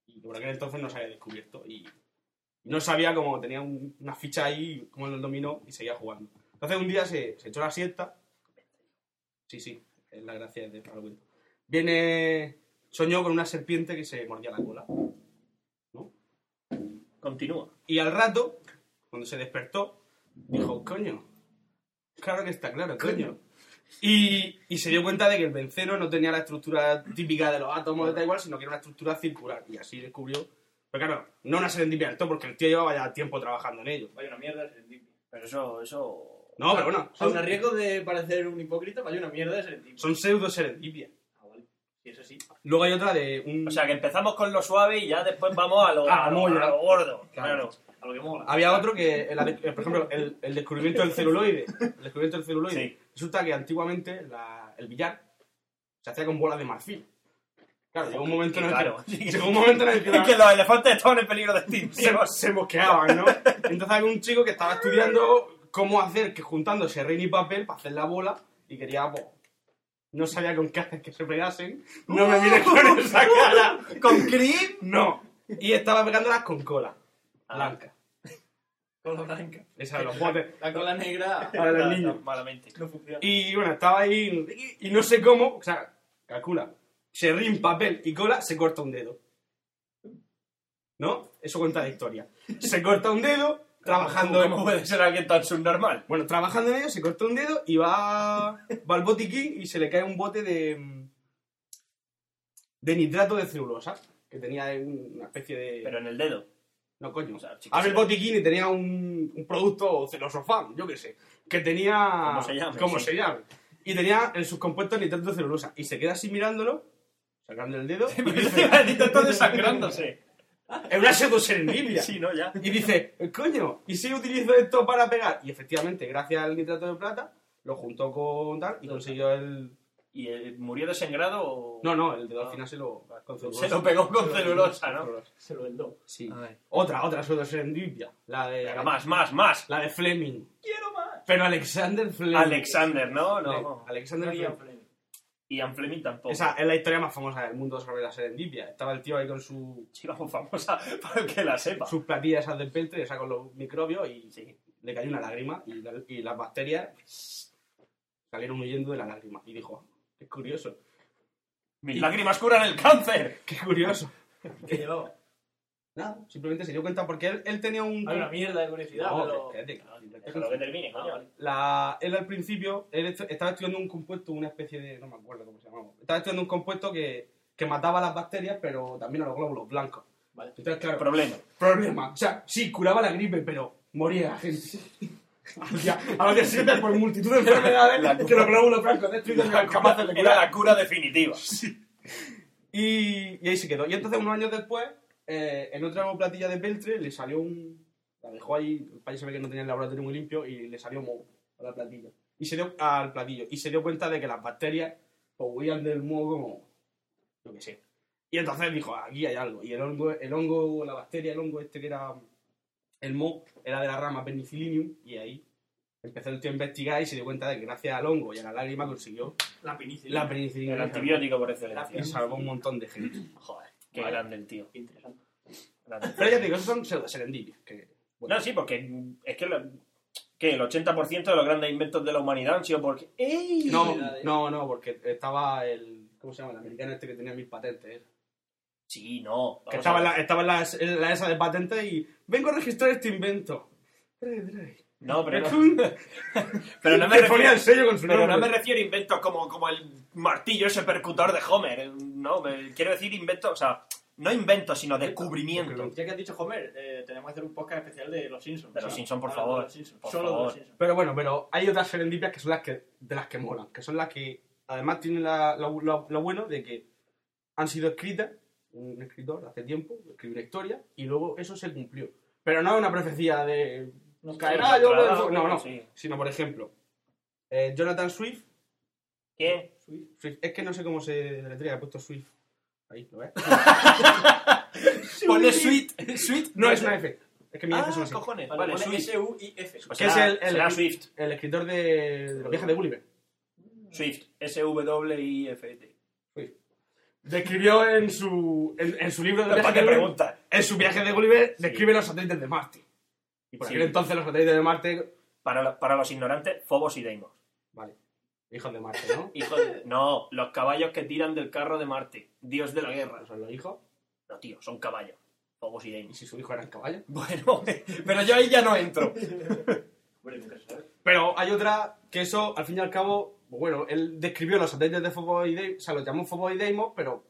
Speaker 3: Y que por aquel entonces no se había descubierto. Y y no sabía cómo tenía un- una ficha ahí, cómo lo dominó y seguía jugando. Entonces un día se, se echó la siesta. Sí, sí, es la gracia de para el cuento. Viene, soñó con una serpiente que se mordía la cola.
Speaker 1: Continúa.
Speaker 3: Y al rato, cuando se despertó, dijo, coño, claro que está claro, coño. Y, y se dio cuenta de que el benceno no tenía la estructura típica de los átomos de tal igual, sino que era una estructura circular. Y así descubrió. Pero claro, no una serendipia del todo, porque el tío llevaba ya tiempo trabajando en ello.
Speaker 2: Vaya una mierda, serendipia.
Speaker 1: Pero eso, eso.
Speaker 3: No, pero bueno,
Speaker 2: A un
Speaker 3: son,
Speaker 2: arriesgo de parecer un hipócrita, vaya una mierda de serendipia.
Speaker 3: son pseudo serendipias.
Speaker 2: Ah, vale. Si es así.
Speaker 3: Luego hay otra de un...
Speaker 1: O sea, que empezamos con lo suave y ya después vamos a lo,
Speaker 3: *laughs* Ah,
Speaker 1: a lo-
Speaker 3: molla.
Speaker 1: a lo gordo. Claro.
Speaker 3: Claro. Ah,
Speaker 2: A lo que mola.
Speaker 3: Había otro que, el- el- por ejemplo, el, el descubrimiento del celuloide. El descubrimiento del celuloide.
Speaker 1: Sí.
Speaker 3: Resulta que antiguamente la- el billar se hacía con bolas de marfil. Claro, llegó un momento en el
Speaker 1: Claro.
Speaker 3: que, *laughs* llegó un momento en
Speaker 1: *laughs*
Speaker 3: el que, la-
Speaker 1: Es *laughs* que los elefantes estaban en peligro de
Speaker 3: *laughs*
Speaker 1: extinción.
Speaker 3: se, se mosqueaban, ¿no? Entonces había un chico que estaba estudiando cómo hacer que juntándose reina y papel para hacer la bola y quería, pues, no sabía con qué hacer que se pegasen. No me mires con esa cara.
Speaker 1: ¿Con cream?
Speaker 3: No. Y estaba pegándolas con cola
Speaker 1: Ah.
Speaker 3: blanca.
Speaker 2: Cola blanca.
Speaker 3: Esa de los botes.
Speaker 2: La cola negra
Speaker 3: *laughs* Para los niños.
Speaker 1: Malamente.
Speaker 2: no funciona.
Speaker 3: Y bueno, estaba ahí y y no sé cómo, o sea, calcula, serrín, papel y cola, se corta un dedo. ¿No? Eso cuenta la historia. Se corta un dedo trabajando en...
Speaker 1: ¿Cómo puede ser alguien tan subnormal?
Speaker 3: Bueno, trabajando en ello, se corta un dedo y va, va al botiquín y se le cae un bote de, mm, de nitrato de celulosa, que tenía un- una especie de...
Speaker 1: Pero en el dedo.
Speaker 3: No, coño.
Speaker 1: O sea, chicos,
Speaker 3: Abre el
Speaker 1: eh.
Speaker 3: botiquín y tenía un, un producto celosofán, yo qué sé. Que tenía.
Speaker 1: Como se llame,
Speaker 3: como
Speaker 1: sí.
Speaker 3: se llame. Y tenía en sus compuestos nitrato de celulosa. Y se queda así mirándolo, sacando el
Speaker 1: *laughs*
Speaker 3: dedo. Y dice:
Speaker 1: está desangrándose.
Speaker 3: Es una pseudoserendipia.
Speaker 1: Sí, no, ya.
Speaker 3: Y dice: Coño, ¿y si utilizo esto para pegar? Y efectivamente, gracias al nitrato de plata, lo juntó con tal y consiguió el.
Speaker 1: ¿Y eh, murió desangrado o.?
Speaker 3: No, no, el dedo al final se lo. con
Speaker 1: Se
Speaker 3: celulosa.
Speaker 1: lo pegó con celulosa, ¿no?
Speaker 3: Celulosa.
Speaker 2: Se lo vendó.
Speaker 3: Sí.
Speaker 1: Ay.
Speaker 3: Otra, otra pseudoserendipia. La de.
Speaker 1: Venga, Eh, más, más, más.
Speaker 3: La de Fleming.
Speaker 2: ¡Quiero más!
Speaker 3: Pero Alexander Fleming.
Speaker 1: Alexander, ¿no?
Speaker 3: Ale-
Speaker 1: no.
Speaker 3: Alexander Fleming.
Speaker 1: Y Ian Fleming tampoco.
Speaker 3: Esa es la historia más famosa del mundo sobre la serendipia. Estaba el tío ahí con su,
Speaker 1: chica muy famosa *laughs* para que la sepa.
Speaker 3: sus platillas esas del peltre, esas con los microbios, y
Speaker 1: Sí.
Speaker 3: le cayó una lágrima y, la- y las bacterias salieron huyendo de la lágrima. Y dijo, qué curioso,
Speaker 1: Mis lágrimas curan el cáncer.
Speaker 3: qué
Speaker 1: *laughs*
Speaker 3: curioso.
Speaker 2: ¿Qué llevaba?
Speaker 3: Nada, simplemente se dio cuenta porque él, él tenía un...
Speaker 2: Hay una mierda de curiosidad,
Speaker 3: No,
Speaker 2: pero...
Speaker 3: cállate,
Speaker 1: Eso lo que termine,
Speaker 2: Ah,
Speaker 1: coño.
Speaker 2: vale.
Speaker 3: La- él al principio, él est- estaba estudiando un compuesto, una especie de, no me acuerdo cómo se llamaba, estaba estudiando un compuesto que, que mataba a las bacterias, pero también a los glóbulos blancos.
Speaker 2: Vale.
Speaker 3: Entonces, claro,
Speaker 1: Problema.
Speaker 3: *laughs* problema. O sea, sí, curaba la gripe, pero moría la gente. Al día, a los días siguientes,
Speaker 1: *laughs*
Speaker 3: por multitud de *laughs* enfermedades, que los glóbulos blancos destruidos eran capaces de
Speaker 5: Era
Speaker 3: curar.
Speaker 5: la cura definitiva.
Speaker 3: Y, y ahí se quedó. Y entonces, unos años después, eh, en otra platilla de Peltre le salió un. La dejó ahí, el país se ve que no tenía el laboratorio muy limpio y le salió moho a la platilla. Y se dio, al platillo. Y se dio cuenta de que las bacterias pues, huían del moho como. Yo qué sé. Y entonces dijo, aquí hay algo. Y el hongo, el hongo, la bacteria, el hongo este que era. El moho era de la rama Penicillium y ahí empezó el tío a investigar y se dio cuenta de que gracias al hongo y a la lágrima consiguió
Speaker 6: La penicilina.
Speaker 3: la penicilina.
Speaker 1: El antibiótico por excelencia.
Speaker 3: Y salvó un montón de gente.
Speaker 1: Joder, qué
Speaker 2: Vale.
Speaker 1: grande el tío.
Speaker 2: Qué interesante.
Speaker 1: Grande.
Speaker 3: Pero ya te digo, esos son pseudo- serendipias, que
Speaker 1: No, sí, porque es que, lo- que el 80% de los grandes inventos de la humanidad han sido porque... ¡Ey!
Speaker 3: No, no, no, porque estaba el... ¿Cómo se llama? El americano este que tenía mil patentes. ¿eh?
Speaker 1: Sí, no. Vamos
Speaker 3: Que estaba,
Speaker 1: a
Speaker 3: en
Speaker 1: ver.
Speaker 3: la, estaba en, la, en la esa de patentes y... Vengo a registrar este invento.
Speaker 1: No, pero no,
Speaker 3: *laughs* Pero
Speaker 1: pero no me
Speaker 3: le
Speaker 1: refiero...
Speaker 3: ponía el sello con su
Speaker 1: Pero no me
Speaker 3: nombre.
Speaker 1: refiero a inventos como, como el martillo ese percutor de Homer. eh, No, me- quiero decir inventos, o sea, no inventos, sino descubrimientos.
Speaker 2: Ya que has dicho Homer, eh, tenemos que hacer un podcast especial de los Simpsons.
Speaker 1: De los
Speaker 2: Sí.
Speaker 1: Simpsons, por
Speaker 2: Hablando
Speaker 1: favor,
Speaker 2: de los Simpsons.
Speaker 1: por
Speaker 2: Solo de
Speaker 1: favor.
Speaker 2: los Simpsons.
Speaker 3: Pero bueno, pero hay otras serendipias que son las que, de las que molan, que son las que además tienen la- lo, lo- lo bueno de que han sido escritas, un escritor hace tiempo escribió una historia y luego eso se cumplió. Pero no es una profecía de
Speaker 2: No,
Speaker 3: caerá, Ah, yo
Speaker 1: Nostradamus,
Speaker 3: no, no, no,
Speaker 1: sí.
Speaker 3: sino por ejemplo, eh, Jonathan Swift,
Speaker 1: ¿Qué?
Speaker 3: Swift- es que no sé cómo se deletrea, he puesto Swift. Ahí,
Speaker 1: *laughs*
Speaker 3: ¿lo ves?
Speaker 1: Ponle suite. Suite.
Speaker 3: No, es una F. Es que mi F
Speaker 1: Ah,
Speaker 3: es una F.
Speaker 1: cojones.
Speaker 2: Vale,
Speaker 1: Vale,
Speaker 2: pone
Speaker 1: Swift.
Speaker 2: S-U-I-F.
Speaker 1: Pues
Speaker 3: Que es
Speaker 1: será-
Speaker 3: el- el-
Speaker 1: será Swift.
Speaker 3: El escritor de, de Los viajes de Gulliver.
Speaker 1: Swift. S-W-I-F-T.
Speaker 3: Describió en su, en, en su libro de
Speaker 1: ¿Para
Speaker 3: viajes de
Speaker 1: qué
Speaker 3: Gulliver
Speaker 1: preguntas?
Speaker 3: En su viaje de Gulliver describe los satélites de Marte. Y por
Speaker 1: Sí.
Speaker 3: aquel entonces los satélites de Marte.
Speaker 1: Para, lo- para los ignorantes, Fobos y Deimos.
Speaker 3: Vale. Hijos de Marte, ¿no?
Speaker 1: Hijos de- No, los caballos que tiran del carro de Marte. Dios de la guerra.
Speaker 3: son los hijos.
Speaker 1: No, tío, son caballos. Fobos y
Speaker 3: Y *laughs*
Speaker 1: Deimos.
Speaker 3: si su hijo eran caballos.
Speaker 1: Bueno, *laughs* pero yo ahí ya no
Speaker 3: *laughs*
Speaker 1: entro.
Speaker 2: Hombre, nunca se sabe.
Speaker 3: Pero hay otra que eso, al fin y al cabo, pues bueno, él describió los satélites de Fobos y Deimos. O sea, los llamó Fobos y Deimos, pero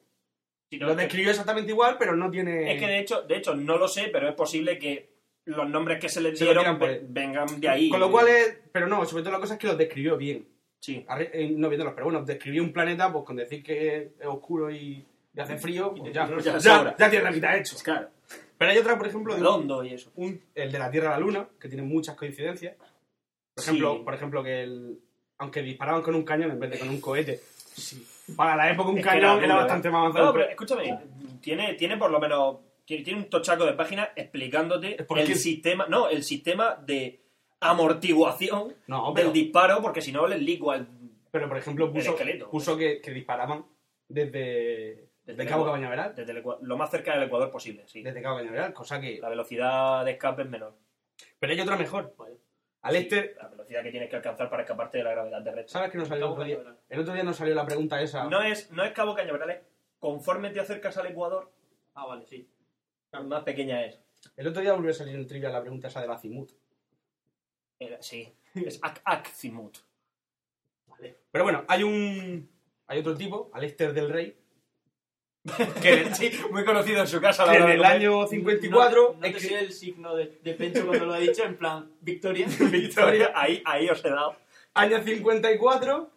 Speaker 1: Si no,
Speaker 3: los
Speaker 1: es que-
Speaker 3: describió exactamente igual, pero no tiene.
Speaker 1: Es que de hecho, de hecho, no lo sé, pero es posible que los nombres que se les
Speaker 3: Se lo
Speaker 1: dieron
Speaker 3: tiran por
Speaker 1: ve-
Speaker 3: ahí.
Speaker 1: vengan de ahí.
Speaker 3: Con lo cual es. Pero no, sobre todo la cosa es que los describió bien.
Speaker 1: Sí.
Speaker 3: Arri- eh, no viéndolos, pero bueno, describir un planeta, pues con decir que es oscuro y, y hace frío, pues ya,
Speaker 1: ya
Speaker 3: ya,
Speaker 1: sobra.
Speaker 3: ya tiene la mitad hecho.
Speaker 1: Pues claro.
Speaker 3: Pero hay otra, por ejemplo, de un-
Speaker 1: Redondo y eso.
Speaker 3: un- el de la Tierra a la Luna, que tiene muchas coincidencias. Por ejemplo,
Speaker 1: Sí.
Speaker 3: por ejemplo que el, aunque disparaban con un cañón en vez de con un cohete, para la época un
Speaker 1: Es que
Speaker 3: cañón
Speaker 1: la-
Speaker 3: era bastante más avanzado.
Speaker 1: No, pero escúchame, tiene, tiene por lo menos. Tiene, tiene un tochaco de páginas explicándote
Speaker 3: ¿Por
Speaker 1: el
Speaker 3: qué?
Speaker 1: sistema. No, el sistema de amortiguación
Speaker 3: No, pero-
Speaker 1: del disparo, porque si no les licua el-
Speaker 3: Pero, por ejemplo, puso,
Speaker 1: esqueleto.
Speaker 3: puso que, que disparaban desde,
Speaker 1: Desde
Speaker 3: desde Cabo
Speaker 1: Cuba.
Speaker 3: Cañaveral.
Speaker 1: desde el ecua- lo más cerca del Ecuador posible, sí.
Speaker 3: Desde Cabo Cañaveral, cosa que...
Speaker 1: La velocidad de escape es menor.
Speaker 3: Pero hay otra mejor. Al este
Speaker 1: La velocidad que tienes que alcanzar para escaparte de la gravedad terrestre.
Speaker 3: ¿Sabes que nos salió el
Speaker 2: Cabo
Speaker 3: otro día?
Speaker 2: Cañaveral.
Speaker 3: El otro día nos salió la pregunta esa.
Speaker 1: No es, no es Cabo Cañaveral, es conforme te acercas al Ecuador,
Speaker 2: Ah, vale, sí.
Speaker 1: más pequeña es.
Speaker 3: El otro día volvió a salir en trivia la pregunta esa del azimut.
Speaker 1: Era- eh, sí, es Ak Akzimut.
Speaker 3: Pero bueno, hay un. Hay otro tipo, Alester del Rey, *laughs* que,
Speaker 1: Sí, muy conocido en su casa. a la
Speaker 3: que en
Speaker 1: hora de
Speaker 3: el
Speaker 1: comer.
Speaker 3: año 54.
Speaker 2: No, no te
Speaker 3: ex-
Speaker 2: sé el signo de, de Pencho cuando lo ha dicho, en plan, Victoria.
Speaker 3: *laughs*
Speaker 1: Victoria, ahí, ahí os he dado.
Speaker 3: año 54.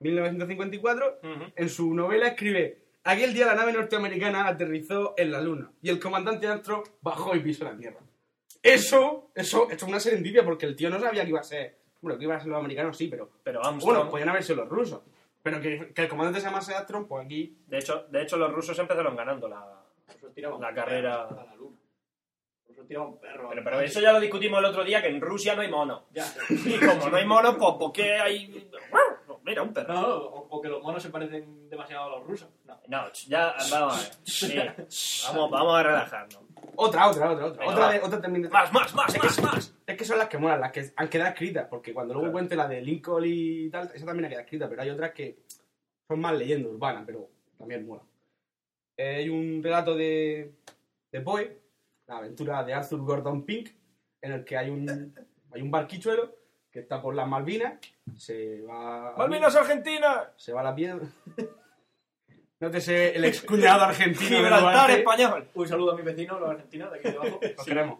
Speaker 3: 1954. En su novela escribe. Aquel día la nave norteamericana aterrizó en la luna y el comandante Armstrong bajó y pisó la tierra. Eso, eso, esto es una serendipia porque el tío no sabía que iba a ser. Bueno, que iban a ser los americanos, sí, pero
Speaker 1: Pero Armstrong,
Speaker 3: Bueno, pues podían haber sido los rusos. Pero que, que el comandante se llamase Astron, pues aquí.
Speaker 1: de, hecho, de hecho los rusos empezaron ganando la...
Speaker 2: Nosotros tiramos
Speaker 1: La
Speaker 2: perros
Speaker 1: carrera.
Speaker 2: A la luna. Nosotros tiramos perros.
Speaker 1: Pero, pero eso ya lo discutimos el otro día, que en Rusia no hay monos.
Speaker 2: Ya.
Speaker 1: Y como no hay monos, pues ¿por qué hay...? No, Mira, un perro.
Speaker 2: No, o, o que los monos se parecen demasiado a los rusos. No.
Speaker 1: No, ch, ya, vamos a ver. Sí, vamos, vamos a relajarnos.
Speaker 3: Otra, otra, otra, otra.
Speaker 1: Venga,
Speaker 3: otra,
Speaker 1: va.
Speaker 3: de, otra también de-
Speaker 1: Más, más, más, más, más.
Speaker 3: Es que son las que molan, las que han quedado escritas. Porque cuando luego
Speaker 1: Claro.
Speaker 3: cuente la de Lincoln y tal, esa también ha quedado escrita. Pero hay otras que son más leyenda urbana, pero también mola. hay un relato de, de Poe, la aventura de Arthur Gordon Pink, en el que hay un, hay un barquichuelo que está por las Malvinas, se va... a-
Speaker 1: ¡Malvinas Argentina!
Speaker 3: Se va la piedra. *laughs* No te sé, el excuñado argentino. ¿eh?
Speaker 1: *laughs*
Speaker 3: de
Speaker 1: Gibraltar
Speaker 3: Duarte.
Speaker 1: español.
Speaker 2: Un saludo a mis vecinos, los argentinos, de aquí debajo.
Speaker 3: Os queremos.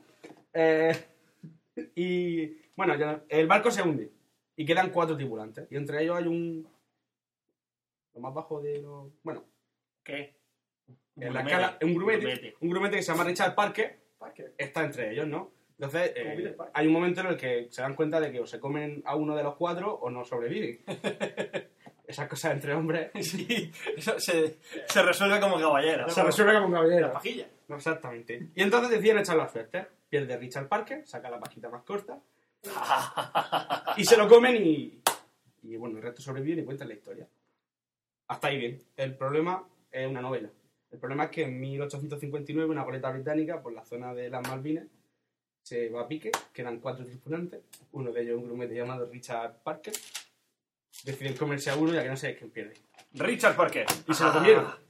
Speaker 3: Eh, *laughs* Y bueno, ya- el barco se hunde y quedan cuatro tripulantes. Y entre ellos hay un. Lo más bajo de los. Bueno,
Speaker 1: ¿Qué?
Speaker 3: en la escala, un grumete, *laughs*
Speaker 1: grumete.
Speaker 3: un grumete que se llama Richard Parker,
Speaker 2: Parker.
Speaker 3: está entre ellos, ¿no? Entonces, eh,
Speaker 2: Peter Parker.
Speaker 3: hay un momento en el que se dan cuenta de que o se comen a uno de los cuatro o no *laughs* sobreviven. Esas cosas entre hombres
Speaker 1: Sí, eso se, se resuelve como caballero.
Speaker 3: se resuelve como caballero.
Speaker 2: Pajilla.
Speaker 3: No, exactamente. Y entonces deciden echar la suerte. Pierde Richard Parker, saca la pajita más corta. y se lo comen y. Y bueno, el resto sobreviven y cuentan la historia. Hasta ahí bien. El problema es una novela. El problema es que en 1859 una goleta británica por la zona de las Malvinas se va a pique, quedan cuatro tripulantes, uno de ellos un grumete llamado Richard Parker, deciden comerse a uno y a que no sé quién pierde.
Speaker 1: Richard Parker.
Speaker 3: Y se lo comieron.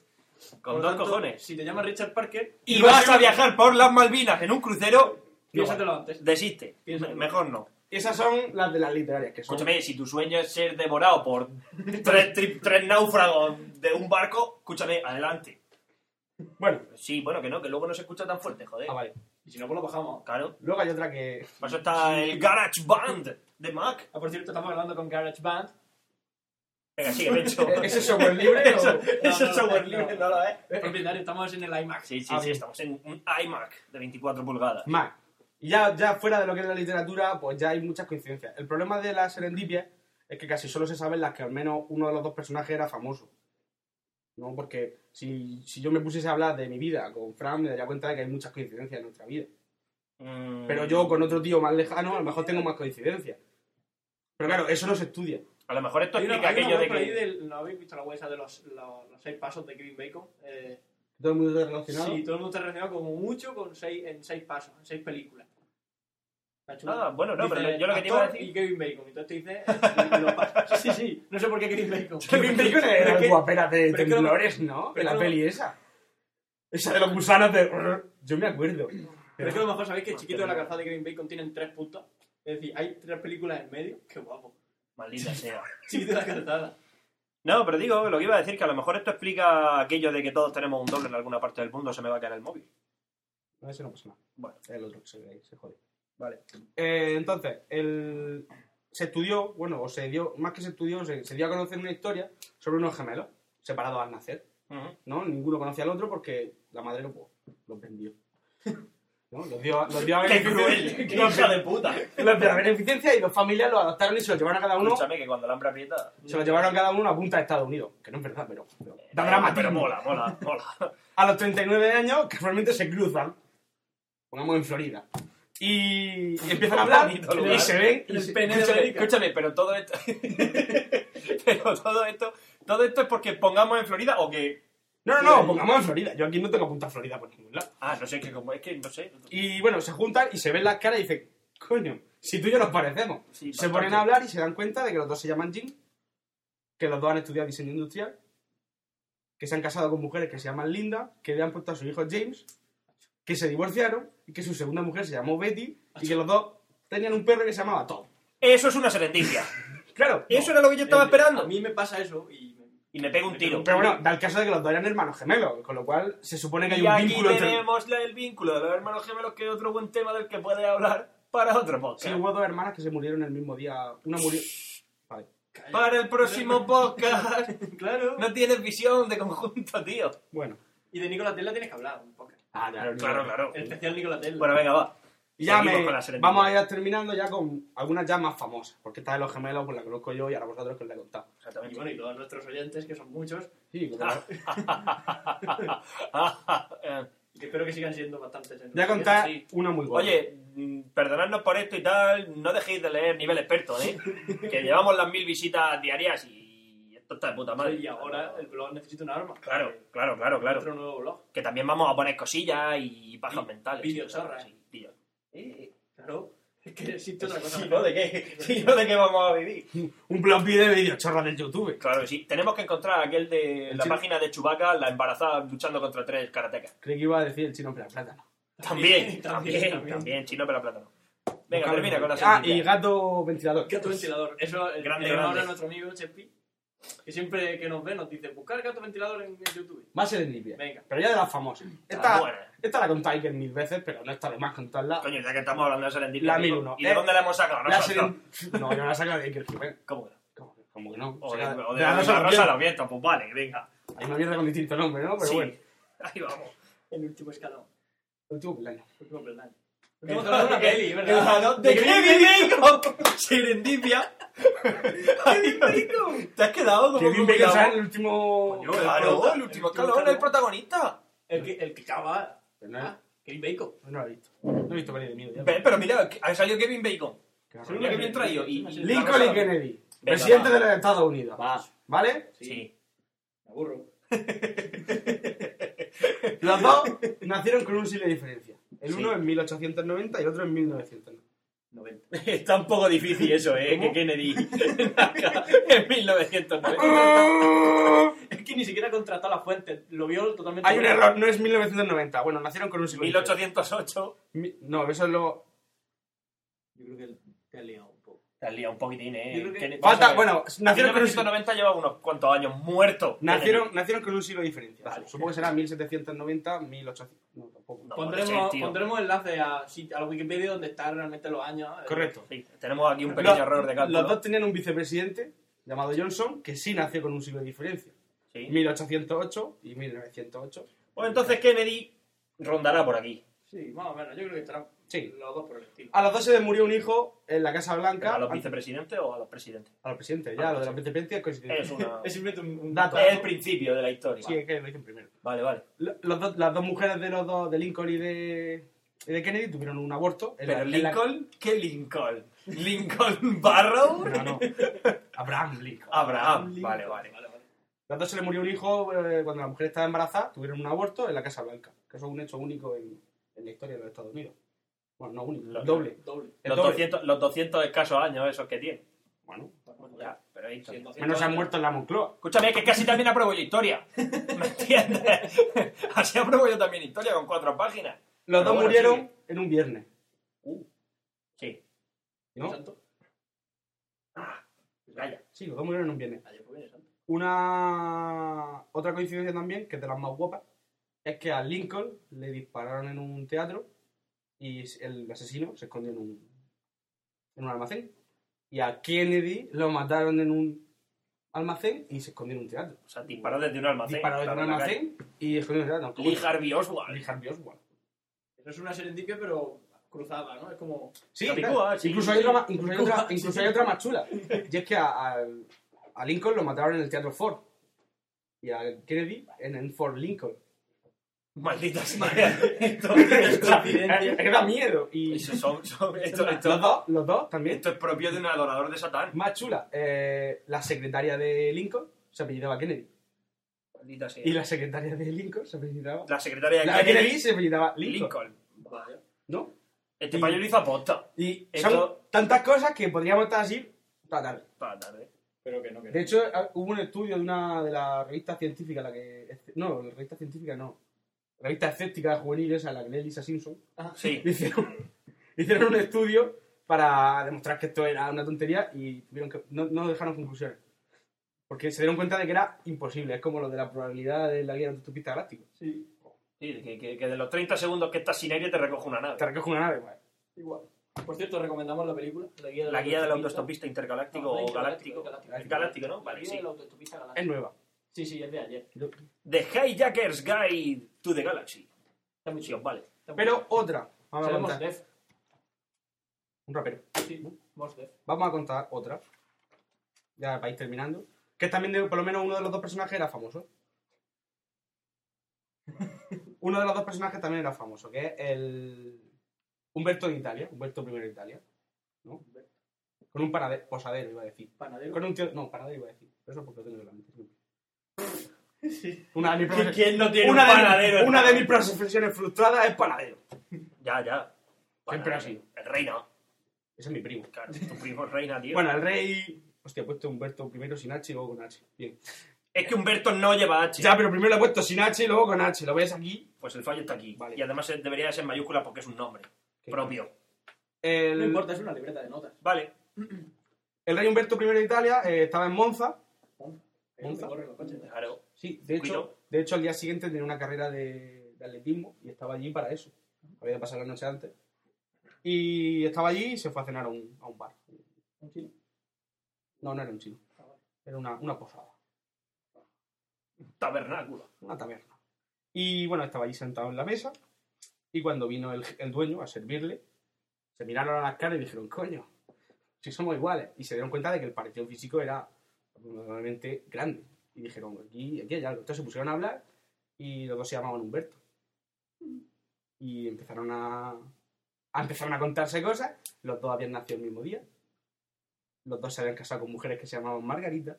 Speaker 1: Con dos cojones.
Speaker 2: Si te llamas Richard Parker,
Speaker 1: Y vas a viajar por las Malvinas en un crucero,
Speaker 2: piénsatelo antes.
Speaker 1: desiste.
Speaker 2: Piénsalo.
Speaker 1: Mejor no.
Speaker 3: Esas son las de las literarias, que son
Speaker 1: Escúchame, si tu sueño es ser devorado por tres, tri- tres náufragos de un barco, escúchame, adelante.
Speaker 3: Bueno.
Speaker 1: Sí, bueno, que no, que luego no se escucha tan fuerte, joder.
Speaker 3: Ah, vale.
Speaker 2: Y si no, pues lo bajamos.
Speaker 1: Claro.
Speaker 3: Luego hay otra que.
Speaker 1: Para eso está el Garage Band de Mac.
Speaker 2: Ah, por cierto, estamos hablando con GarageBand.
Speaker 1: Eh, Venga, sigue, *laughs* Pencho.
Speaker 3: ¿Ese es software libre o.?
Speaker 1: Eso, eso
Speaker 2: no,
Speaker 1: es software
Speaker 2: no.
Speaker 1: libre, no lo es.
Speaker 2: Propietario, estamos en el iMac.
Speaker 1: Sí, sí,
Speaker 3: Ah,
Speaker 1: sí,
Speaker 3: bien.
Speaker 1: estamos en un iMac de 24 pulgadas.
Speaker 3: Mac. Y ya, ya fuera de lo que es la literatura, pues ya hay muchas coincidencias. El problema de la serendipia es que casi solo se saben las que al menos uno de los dos personajes era famoso. ¿No? Porque si, si yo me pusiese a hablar de mi vida con Fran, me daría cuenta de que hay muchas coincidencias en nuestra vida.
Speaker 1: Mm,
Speaker 3: Pero yo con otro tío más lejano, a lo mejor tengo más coincidencias. Pero claro, eso no se estudia.
Speaker 1: A lo mejor esto
Speaker 2: Hay una-
Speaker 1: explica
Speaker 2: hay una
Speaker 1: aquello
Speaker 2: web
Speaker 1: de
Speaker 2: por
Speaker 1: *laughs*
Speaker 2: ahí
Speaker 1: que...
Speaker 2: del- ¿No habéis visto la web esa de los, los, los seis pasos de Kevin Bacon? Eh,
Speaker 3: Todo el mundo está
Speaker 2: sí,
Speaker 3: relacionado.
Speaker 2: todo el mundo está relacionado como mucho con seis, en seis pasos, en seis películas. Está chulo.
Speaker 1: Ah, bueno, no,
Speaker 2: Dice,
Speaker 1: pero yo lo que te iba a
Speaker 2: actor
Speaker 1: decir...
Speaker 2: Y Kevin Bacon. Entonces te dice. eh, los pasos. *laughs* Sí, sí, sí. No sé por qué
Speaker 1: *laughs*
Speaker 2: Kevin Bacon.
Speaker 3: Kevin Bacon era
Speaker 2: Pero
Speaker 3: el
Speaker 2: que-
Speaker 3: guapera de
Speaker 2: pero que-
Speaker 3: Temblores, ¿no? De
Speaker 2: pero
Speaker 3: la
Speaker 2: que-
Speaker 3: peli esa. Esa de los gusanos de... Yo me acuerdo.
Speaker 2: Pero es que a lo mejor sabéis que el chiquito de la calzada de Kevin Bacon tienen tres puntos. Es decir, hay tres películas en medio. Qué
Speaker 1: *laughs*
Speaker 2: guapo.
Speaker 1: Maldita sea.
Speaker 2: Chiquito de la calzada.
Speaker 1: No, pero digo, lo que iba a decir, que a lo mejor esto explica aquello de que todos tenemos un doble en alguna parte del mundo, se me va a caer el móvil.
Speaker 3: No, ese no pasa nada.
Speaker 1: Bueno.
Speaker 3: El otro que se ve ahí, se jode.
Speaker 1: Vale.
Speaker 3: Eh, entonces, el... se estudió, bueno, o se dio, más que se estudió, se, se dio a conocer una historia sobre unos gemelos separados al nacer,
Speaker 1: Ujú.
Speaker 3: ¿no? Ninguno conocía al otro porque la madre lo, los
Speaker 1: *laughs*
Speaker 3: vendió. ¿No? Los dio, a- los dio a
Speaker 1: ¡Qué cruel! ¡Qué hija de puta!
Speaker 3: Los dio a beneficencia y los familias los adoptaron y se los llevaron a cada uno
Speaker 1: Escúchame, que cuando el hambre aprieta...
Speaker 3: Se lo llevaron cada uno a punta de Estados Unidos, que no es verdad, pero, pero da
Speaker 1: Eh, Pero
Speaker 3: dramatismo.
Speaker 1: mola, mola, *laughs* mola.
Speaker 3: A los 39 años, casualmente se cruzan, pongamos en Florida, y
Speaker 1: *laughs*
Speaker 3: empiezan a hablar
Speaker 1: Bonito
Speaker 3: y
Speaker 1: lugar.
Speaker 3: se ven. y
Speaker 2: El
Speaker 3: se-
Speaker 2: pene de
Speaker 1: Escúchame,
Speaker 2: América.
Speaker 1: escúchame, pero todo esto... *laughs* pero todo esto... Todo esto es porque pongamos en Florida o que...
Speaker 3: No, no, no, pongamos en Florida. Yo aquí no tengo punta Florida por ningún lado.
Speaker 1: Ah, no sé, que como es que no sé...
Speaker 3: Y bueno, se juntan y se ven las caras y dicen, coño, si tú y yo nos parecemos.
Speaker 1: Sí,
Speaker 3: se
Speaker 1: bastante.
Speaker 3: ponen a hablar y se dan cuenta de que los dos se llaman Jim, que los dos han estudiado diseño industrial, que se han casado con mujeres que se llaman Linda, que le han puesto a su hijo James, que se divorciaron y que su segunda mujer se llamó Betty y que los dos tenían un perro que se llamaba Todd.
Speaker 1: Eso es una *laughs* serendipia.
Speaker 3: Claro.
Speaker 1: Eso era lo que yo estaba
Speaker 2: A
Speaker 1: esperando.
Speaker 2: mí me pasa eso y. me-
Speaker 1: Y me pego un tiro.
Speaker 3: Pero bueno, da el caso de que los dos eran hermanos gemelos, con lo cual se supone que hay
Speaker 1: Y
Speaker 3: un
Speaker 1: aquí
Speaker 3: vínculo entre...
Speaker 1: tenemos la- el vínculo de los hermanos gemelos, que es otro buen tema del que puede hablar para otro
Speaker 3: Sí,
Speaker 1: podcast.
Speaker 3: hubo dos hermanas que se murieron el mismo día. Una murió... Vale.
Speaker 1: Para el próximo podcast. *laughs*
Speaker 2: Claro.
Speaker 1: No tienes visión de conjunto, tío.
Speaker 3: Bueno.
Speaker 2: Y de Nicolas Tesla tienes que hablar un poco.
Speaker 3: Ah, claro,
Speaker 1: claro.
Speaker 2: El especial Nicolas Tesla.
Speaker 1: Bueno, venga, va.
Speaker 3: Y ya
Speaker 1: Seguimos
Speaker 3: me-
Speaker 1: con la serendipia.
Speaker 3: vamos a ir terminando ya con algunas ya más famosas, porque esta de los gemelos pues la conozco yo y ahora vosotros que os la he contado.
Speaker 2: Y bueno, y todos nuestros oyentes, que son muchos,
Speaker 3: Sí, como-
Speaker 1: Eh,
Speaker 2: y que espero que sigan siendo bastantes. en
Speaker 3: voy a
Speaker 2: los
Speaker 3: contar
Speaker 2: oyentes,
Speaker 3: una muy
Speaker 1: *laughs*
Speaker 3: buena.
Speaker 1: Oye, mm, perdonadnos por esto y tal, no dejéis de leer nivel experto, ¿eh? Que llevamos las mil visitas diarias y esto está de puta
Speaker 2: sí.
Speaker 1: madre.
Speaker 2: Y ahora el blog necesita un arma. Eh,
Speaker 1: Claro, claro, claro, claro.
Speaker 2: Otro nuevo blog.
Speaker 1: Que también vamos a poner cosillas y pajas
Speaker 2: Vi-
Speaker 1: mentales.
Speaker 2: videochorras.
Speaker 1: Sí, tío.
Speaker 2: Claro. Eh, Es que existe otra cosa.
Speaker 1: Si no,
Speaker 2: mejor.
Speaker 1: ¿de
Speaker 2: *laughs*
Speaker 1: qué? Si no, ¿de qué vamos a vivir?
Speaker 3: Un blog video de videochorras del YouTube.
Speaker 1: Claro que sí. Tenemos que encontrar aquel de
Speaker 3: El
Speaker 1: la
Speaker 3: chino.
Speaker 1: página de Chubaca, la embarazada luchando contra tres karatecas.
Speaker 3: Creí que iba a decir el chino pero plátano.
Speaker 1: También, también,
Speaker 2: *laughs* También, también,
Speaker 1: también,
Speaker 2: también.
Speaker 1: chino pero plátano. Venga,
Speaker 3: Buscadlo.
Speaker 1: termina con la
Speaker 3: Ah,
Speaker 1: siguiente.
Speaker 3: y gato ventilador.
Speaker 2: Gato ventilador. Eso,
Speaker 1: Grande,
Speaker 2: grande, ahora
Speaker 1: grande.
Speaker 2: nuestro amigo Chepi.
Speaker 4: Que siempre que nos ve nos dice, buscar gato ventilador en en YouTube.
Speaker 2: Más serendipia.
Speaker 4: Venga.
Speaker 2: Pero ya de las famosas.
Speaker 1: Las
Speaker 2: Esta,
Speaker 1: buenas.
Speaker 2: esta la contáis que mil veces, pero no está de más contarla.
Speaker 1: Coño, ya que estamos hablando de Serendipia.
Speaker 2: La
Speaker 1: amigo,
Speaker 2: 1001.
Speaker 1: ¿Y de
Speaker 2: Eh,
Speaker 1: dónde la hemos sacado?
Speaker 2: La
Speaker 1: nosotros?
Speaker 2: seren- *laughs* No, yo la saco de Iker Jiménez.
Speaker 1: ¿Cómo que no?
Speaker 2: ¿Cómo cómo que no?
Speaker 1: O
Speaker 2: Se
Speaker 1: de,
Speaker 2: la-
Speaker 1: o de
Speaker 2: la
Speaker 1: la
Speaker 2: Rosa
Speaker 1: rosa, rosa
Speaker 2: Los Vientos.
Speaker 1: a los vientos, pues vale, venga.
Speaker 2: Hay una mierda con distinto nombre, ¿no? Pero
Speaker 1: sí.
Speaker 2: bueno.
Speaker 1: Ahí vamos.
Speaker 4: El último escalón.
Speaker 2: El último cumpleaños.
Speaker 4: Último plan. Hemos hablado
Speaker 1: *laughs*
Speaker 4: de una peli,
Speaker 7: El
Speaker 4: ¿verdad?
Speaker 7: jalón de Kevin Bacon.
Speaker 1: Serendipia. *laughs*
Speaker 7: Kevin Bacon. Te has quedado como
Speaker 2: Kevin
Speaker 7: un
Speaker 2: Bacon,
Speaker 7: bravo.
Speaker 2: ¿sabes? El último...
Speaker 1: Coño, claro, el último escalón, el protagonista.
Speaker 4: El que, el que acaba.
Speaker 2: Pero no,
Speaker 4: Ah, Kevin Bacon.
Speaker 2: no lo he visto. No he visto peli de miedo. ya.
Speaker 1: Ve, Pero mira, ha salido Kevin Bacon.
Speaker 2: Qué
Speaker 1: Mira
Speaker 2: horror.
Speaker 1: que bien traído. Y, y-
Speaker 2: Lincoln y Kennedy.
Speaker 1: Venga,
Speaker 2: Presidente
Speaker 1: va.
Speaker 2: de los Estados Unidos. ¿Vale?
Speaker 1: Sí.
Speaker 4: Me aburro. *laughs*
Speaker 2: Los
Speaker 1: *laughs*
Speaker 2: dos nacieron con un siglo de diferencia. El
Speaker 1: Sí.
Speaker 2: uno en 1890 y el otro
Speaker 1: *laughs*
Speaker 2: en 1990.
Speaker 1: Está un poco difícil eso, ¿eh? Que Kennedy *laughs* nazca en 1990.
Speaker 4: Es que ni siquiera contrató a la fuente, lo vio totalmente.
Speaker 2: Hay un error, no es 1990. Bueno, nacieron con un siglo de diferencia.
Speaker 1: 1808.
Speaker 2: Mi- No, eso es lo...
Speaker 4: Yo creo que te has liado un poco.
Speaker 1: Te has liado un poquitín,
Speaker 4: Yo creo
Speaker 1: ¿eh?
Speaker 4: que-
Speaker 1: Kennedy- Vamos a
Speaker 2: Falta,
Speaker 1: ver.
Speaker 2: bueno, nacieron con un siglo...
Speaker 1: 1990 lleva unos cuantos años muerto.
Speaker 2: Nacieron, nacieron con un siglo de diferencia.
Speaker 1: Vale.
Speaker 2: Supongo que será 1790, 1800. No, tampoco.
Speaker 1: No,
Speaker 4: Pondremos,
Speaker 1: puede ser, tío.
Speaker 4: pondremos enlace a, sí, a la Wikipedia donde están realmente los años. eh.
Speaker 2: Correcto.
Speaker 1: Sí, tenemos aquí un pequeño
Speaker 2: Los-
Speaker 1: error de cálculo.
Speaker 2: Los dos tenían un vicepresidente llamado Johnson que sí nació con un siglo de diferencia.
Speaker 1: Sí.
Speaker 2: 1808 y 1908.
Speaker 1: Bueno, entonces Kennedy rondará por aquí.
Speaker 4: Sí, más o menos. Yo creo que estarán
Speaker 2: Sí.
Speaker 4: los dos por el estilo.
Speaker 2: A los dos se les murió un hijo en la Casa Blanca.
Speaker 1: ¿A los
Speaker 2: antes-
Speaker 1: vicepresidentes o a los presidentes?
Speaker 2: a los presidentes, ya,
Speaker 1: Ah,
Speaker 2: lo de
Speaker 1: sí.
Speaker 2: la vicepresidencia es coincidencia.
Speaker 1: Es, una...
Speaker 4: Es simplemente un, un
Speaker 2: Dato.
Speaker 1: es el principio de la historia.
Speaker 2: Sí, es que lo dicen primero.
Speaker 1: Vale, vale.
Speaker 2: Lo- los dos- las dos mujeres de los dos, de Lincoln y de, y de Kennedy, tuvieron un aborto. en la-
Speaker 1: Pero
Speaker 2: en la-
Speaker 1: Lincoln, ¿qué Lincoln? ¿Lincoln Barrow?
Speaker 2: No,
Speaker 1: *laughs*
Speaker 2: no. Abraham Lincoln.
Speaker 1: Abraham. Vale, vale.
Speaker 2: Las dos se le murió un hijo eh, cuando la mujer estaba embarazada, tuvieron un aborto en la Casa Blanca, que eso es un hecho único en, en la historia de los Estados Unidos. Bueno, no único,
Speaker 1: Lo-
Speaker 2: doble.
Speaker 4: doble.
Speaker 2: El
Speaker 1: Los
Speaker 2: doble.
Speaker 1: 200, los 200 escasos años esos que tiene.
Speaker 2: Bueno,
Speaker 1: Ya, pero ahí
Speaker 4: Sí, entonces-
Speaker 2: menos se han muerto en la Moncloa.
Speaker 1: Escúchame, que casi también apruebo yo
Speaker 2: *laughs*
Speaker 1: historia. ¿Me entiendes? Así apruebo yo también historia con cuatro páginas.
Speaker 2: Los
Speaker 1: Pero
Speaker 2: dos
Speaker 1: bueno,
Speaker 2: murieron
Speaker 1: sigue.
Speaker 2: en un viernes,
Speaker 1: Sí.
Speaker 2: ¿no?
Speaker 4: Santo.
Speaker 1: Vaya.
Speaker 2: Sí, los dos murieron en un viernes.
Speaker 4: Ayer fue bien, santo.
Speaker 2: Una otra coincidencia también, que es de las más guapas, es que a Lincoln le dispararon en un teatro y el asesino se escondió en un, en un almacén. Y a Kennedy lo mataron en un almacén y se escondió en un teatro.
Speaker 1: O sea, disparó desde un almacén.
Speaker 2: disparado en
Speaker 1: claro,
Speaker 2: un
Speaker 1: en la calle.
Speaker 2: almacén y escondió en el teatro.
Speaker 1: Lee Harvey Oswald.
Speaker 2: Lee Harvey Oswald.
Speaker 4: Eso es una serendipia, pero cruzada, ¿no? Es como.
Speaker 2: Sí,
Speaker 1: Capicúa,
Speaker 2: claro.
Speaker 1: sí.
Speaker 2: incluso hay otra, ma- incluso hay otra-
Speaker 1: *laughs*
Speaker 4: Capicúa, sí,
Speaker 2: incluso
Speaker 4: sí.
Speaker 2: hay otra más chula. Y es que a, a- a Lincoln lo mataron en el Teatro Ford. Y a Kennedy en el
Speaker 1: *laughs*
Speaker 2: Ford Lincoln.
Speaker 1: Maldita *laughs* sea. Esto, *laughs*
Speaker 2: Es
Speaker 1: esto,
Speaker 2: que da miedo. Y
Speaker 1: Eso son- son- esto- esto-
Speaker 2: los dos, los dos también.
Speaker 1: esto es propio de un adorador de Satán.
Speaker 2: Más chula. eh, la secretaria de Lincoln se apellidaba Kennedy.
Speaker 1: Maldita sea.
Speaker 2: Y la secretaria de Lincoln se apellidaba.
Speaker 1: La secretaria de
Speaker 2: La Kennedy se apellidaba Lincoln.
Speaker 1: Lincoln.
Speaker 4: Vaya.
Speaker 2: ¿No?
Speaker 1: Este payo lo hizo aposta.
Speaker 2: Y son
Speaker 1: Esto-
Speaker 2: tantas cosas que podríamos estar así toda la tarde.
Speaker 1: Para tarde.
Speaker 4: Pero que no, que no.
Speaker 2: De hecho, ha- hubo un estudio de una de las revistas científicas, la que. No, la revista científica no. Revista escéptica juvenil, esa, la que lee Lisa Simpson. *laughs*
Speaker 1: Sí.
Speaker 2: Hicieron, hicieron un estudio para demostrar que esto era una tontería y tuvieron que, no, no dejaron conclusiones. Porque se dieron cuenta de que era imposible. Es como lo de la probabilidad de la guía de autopista galáctico.
Speaker 4: Sí.
Speaker 1: Sí, que, que- que de los 30 segundos que estás sin aire te recoge una nave.
Speaker 2: Te recoge una nave, pues.
Speaker 4: Igual. Por cierto, recomendamos la película, La guía del
Speaker 1: La guía del
Speaker 4: autoestopista.
Speaker 1: autostopista intergaláctico
Speaker 4: No,
Speaker 1: o
Speaker 4: no,
Speaker 1: galáctico.
Speaker 4: galáctico,
Speaker 1: Galáctico,
Speaker 2: galáctico.
Speaker 1: ¿no?
Speaker 4: La
Speaker 1: Vale,
Speaker 4: guía
Speaker 1: sí.
Speaker 4: del autoestopista galáctico.
Speaker 2: Es nueva.
Speaker 4: Sí, sí, es de ayer.
Speaker 2: Yo-
Speaker 1: The Hijacker's Guide to the Galaxy.
Speaker 4: Está muy
Speaker 1: Sí,
Speaker 4: chido.
Speaker 1: os vale.
Speaker 4: Está muy
Speaker 2: Pero
Speaker 4: chido.
Speaker 2: otra. Vamos a
Speaker 4: Será Mos
Speaker 2: contar.
Speaker 4: Def.
Speaker 2: Un rapero.
Speaker 4: Sí, Mos Def.
Speaker 2: Vamos a contar otra. Ya vais terminando. Que también de- por lo menos uno de los dos personajes
Speaker 1: *laughs*
Speaker 2: era famoso. Uno de los dos personajes también era famoso, que es el Humberto de Italia, Humberto I de Italia. ¿no? Con un panade- posadero, iba a decir.
Speaker 4: Panadero.
Speaker 2: Con un tío. No, panadero iba a decir. Pero eso porque lo tengo en la mente. Una de mis profes-
Speaker 1: ¿Quién no tiene
Speaker 2: una
Speaker 1: un
Speaker 2: de-
Speaker 1: panadero?
Speaker 2: una de mis profesiones frustradas es panadero.
Speaker 1: Ya, ya.
Speaker 2: Siempre
Speaker 1: Panadero.
Speaker 2: así.
Speaker 1: El reina.
Speaker 2: Ese es mi primo.
Speaker 1: Claro, tu primo es reina, tío.
Speaker 2: Bueno, el rey. Hostia, he puesto Humberto I sin H y luego con H. Bien.
Speaker 1: Es que Humberto no lleva H. ¿eh?
Speaker 2: Ya, pero primero lo he puesto sin H y luego con H. ¿Lo ves aquí?
Speaker 1: Pues el fallo está aquí.
Speaker 2: Vale.
Speaker 1: Y además eh, debería ser en mayúscula porque es un nombre propio.
Speaker 2: El,
Speaker 4: No importa, es una libreta de notas.
Speaker 1: Vale.
Speaker 2: el rey Humberto I de Italia eh, estaba en Monza Monza.
Speaker 1: Claro.
Speaker 2: Sí, de
Speaker 1: Cuidado.
Speaker 2: hecho, de hecho, al día siguiente tenía una carrera de, de atletismo y estaba allí para eso. Había de pasar la noche antes. Y estaba allí y se fue a cenar a un, a un bar.
Speaker 8: ¿Un chino?
Speaker 2: No, no era un chino. Era una, una posada,
Speaker 1: Tabernáculo.
Speaker 2: una taberna. Ah, Y bueno, estaba allí sentado en la mesa y cuando vino el, el dueño a servirle, se miraron a las caras y dijeron, coño, si somos iguales. Y se dieron cuenta de que el parecido físico era normalmente grande. Y dijeron, aquí, aquí hay algo. Entonces se pusieron a hablar y los dos se llamaban Humberto. Y empezaron a, a empezaron a contarse cosas. Los dos habían nacido el mismo día. Los dos se habían casado con mujeres que se llamaban Margarita.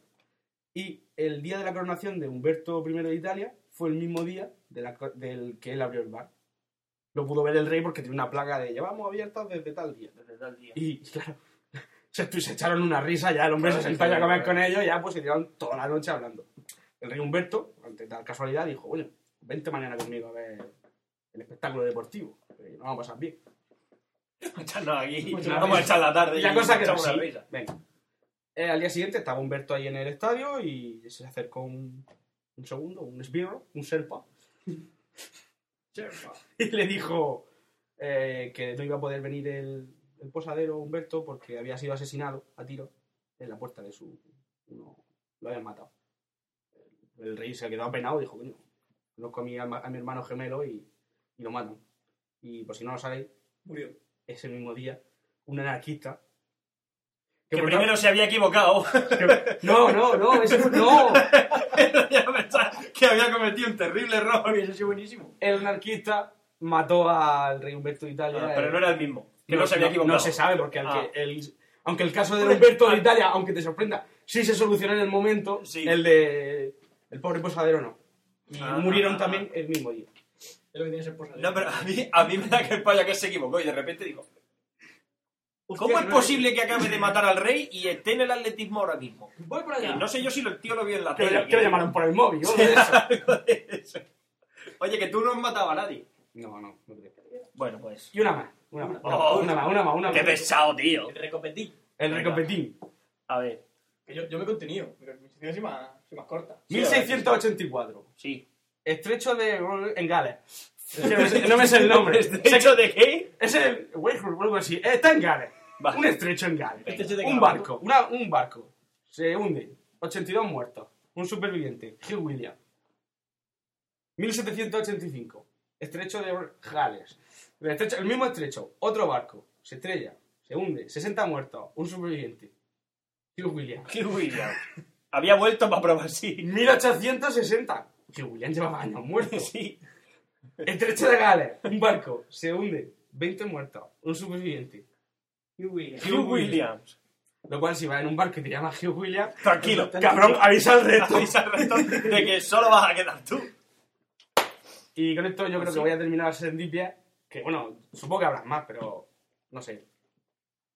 Speaker 2: Y el día de la coronación de Humberto I de Italia fue el mismo día de la co- del que él abrió el bar. Lo pudo ver el rey porque tenía una placa de llevamos abiertas desde tal día.
Speaker 1: Desde tal
Speaker 2: *laughs*
Speaker 1: día.
Speaker 2: Y claro, se, se echaron una risa, ya el hombre se sentó allá a comer con ellos, ya pues se tiraron toda la noche hablando. El rey Humberto, ante tal casualidad, dijo, bueno, vente mañana conmigo a ver el espectáculo deportivo, que nos vamos a pasar bien.
Speaker 1: Echarnos aquí.
Speaker 2: Pues nada,
Speaker 1: Vamos a
Speaker 2: bien.
Speaker 1: echar la tarde.
Speaker 2: Y la cosa que era
Speaker 1: echamos una
Speaker 2: así,
Speaker 1: risa.
Speaker 2: venga. Eh, al día siguiente estaba Humberto ahí en el estadio y se acercó un, un segundo, un esbirro, un serpa,
Speaker 4: *laughs*
Speaker 2: *laughs* y le dijo eh, que no iba a poder venir el, el posadero Humberto porque había sido asesinado a tiro en la puerta de su... uno- lo habían matado. El, el rey se quedó apenado y dijo, coño, conozco a mi, a, ma- a mi hermano gemelo y, y lo matan. Y por si no lo sabéis,
Speaker 9: Murió.
Speaker 2: ese mismo día, un anarquista...
Speaker 1: Que *laughs*
Speaker 2: por- *laughs*
Speaker 1: primero se había equivocado.
Speaker 2: No, no, no, ese fue- no.
Speaker 1: Ya pensaba que había cometido un terrible error y eso sí buenísimo.
Speaker 2: El anarquista mató al rey Humberto de Italia. eh,
Speaker 1: Ah, pero no era el mismo. Que no, se había
Speaker 2: no-
Speaker 1: equivocado.
Speaker 2: no se sabe, porque el
Speaker 1: Ah.
Speaker 2: que- el- aunque el caso de Humberto de Italia, aunque te sorprenda, sí se solucionó en el momento,
Speaker 1: Sí.
Speaker 2: el de el pobre posadero no. Y
Speaker 1: Ah.
Speaker 2: murieron también el mismo día.
Speaker 4: lo que tiene ser posadero.
Speaker 1: No, pero a mí, a mí me da que el payo que se equivocó y de repente digo, ¿cómo
Speaker 4: Hostia,
Speaker 1: es
Speaker 4: que no-
Speaker 1: posible que acabe de matar al rey y esté en el atletismo ahora mismo?
Speaker 4: Voy por
Speaker 1: Que
Speaker 4: allá.
Speaker 1: no sé yo si el tío lo vio en la
Speaker 2: Que
Speaker 1: tele.
Speaker 2: lo, que lo
Speaker 1: *laughs*
Speaker 2: llamaron por el móvil. o algo de eso.
Speaker 1: Algo de eso. Oye, que tú no has matado a nadie.
Speaker 2: No, no, no creo.
Speaker 1: Bueno, pues...
Speaker 2: Y una más, una más, una,
Speaker 1: Oh.
Speaker 2: más, una más, una más, una
Speaker 1: ¡Qué
Speaker 2: más.
Speaker 1: pesado, tío!
Speaker 4: Recomendí.
Speaker 2: El recopetín.
Speaker 1: A ver,
Speaker 4: Que yo, yo me he contenido. Mi conversación es más, es más corta.
Speaker 2: 1684.
Speaker 1: sí.
Speaker 2: Estrecho de... en Gales. Que no sé- no me sé el nombre.
Speaker 1: este
Speaker 2: Sé que-
Speaker 1: de qué?
Speaker 2: Es el Wakeford o algo así. Está en Gales.
Speaker 1: Vale.
Speaker 2: Un estrecho en Gales.
Speaker 4: Estrecho de
Speaker 2: un
Speaker 4: Gales.
Speaker 2: barco. Una, un barco. Se hunde. 82 muertos. Un superviviente. Hugh William. 1785. Estrecho de Gales. El, estrecho- el mismo estrecho. Otro barco. Se estrella. Se hunde. 60 muertos. Un superviviente. Hugh William.
Speaker 1: Hugh Williams. Había vuelto para probar, sí.
Speaker 2: 1860. Hugh William llevaba años muerto.
Speaker 1: Sí.
Speaker 2: Estrecho de Gales. Un barco. Se hunde. 20 muertos. Un superviviente.
Speaker 4: Hugh Williams.
Speaker 1: Hugh Williams.
Speaker 2: Lo cual, si vas en un barco y te llamas Hugh Williams,
Speaker 1: Tranquilo.
Speaker 2: cabrón, avisa al resto.
Speaker 1: Avisa al resto de que solo vas a quedar tú.
Speaker 2: Y con esto
Speaker 1: ¿Ah,
Speaker 2: yo creo que voy a terminar Serendipia, que bueno, supongo que habrás más, pero no sé.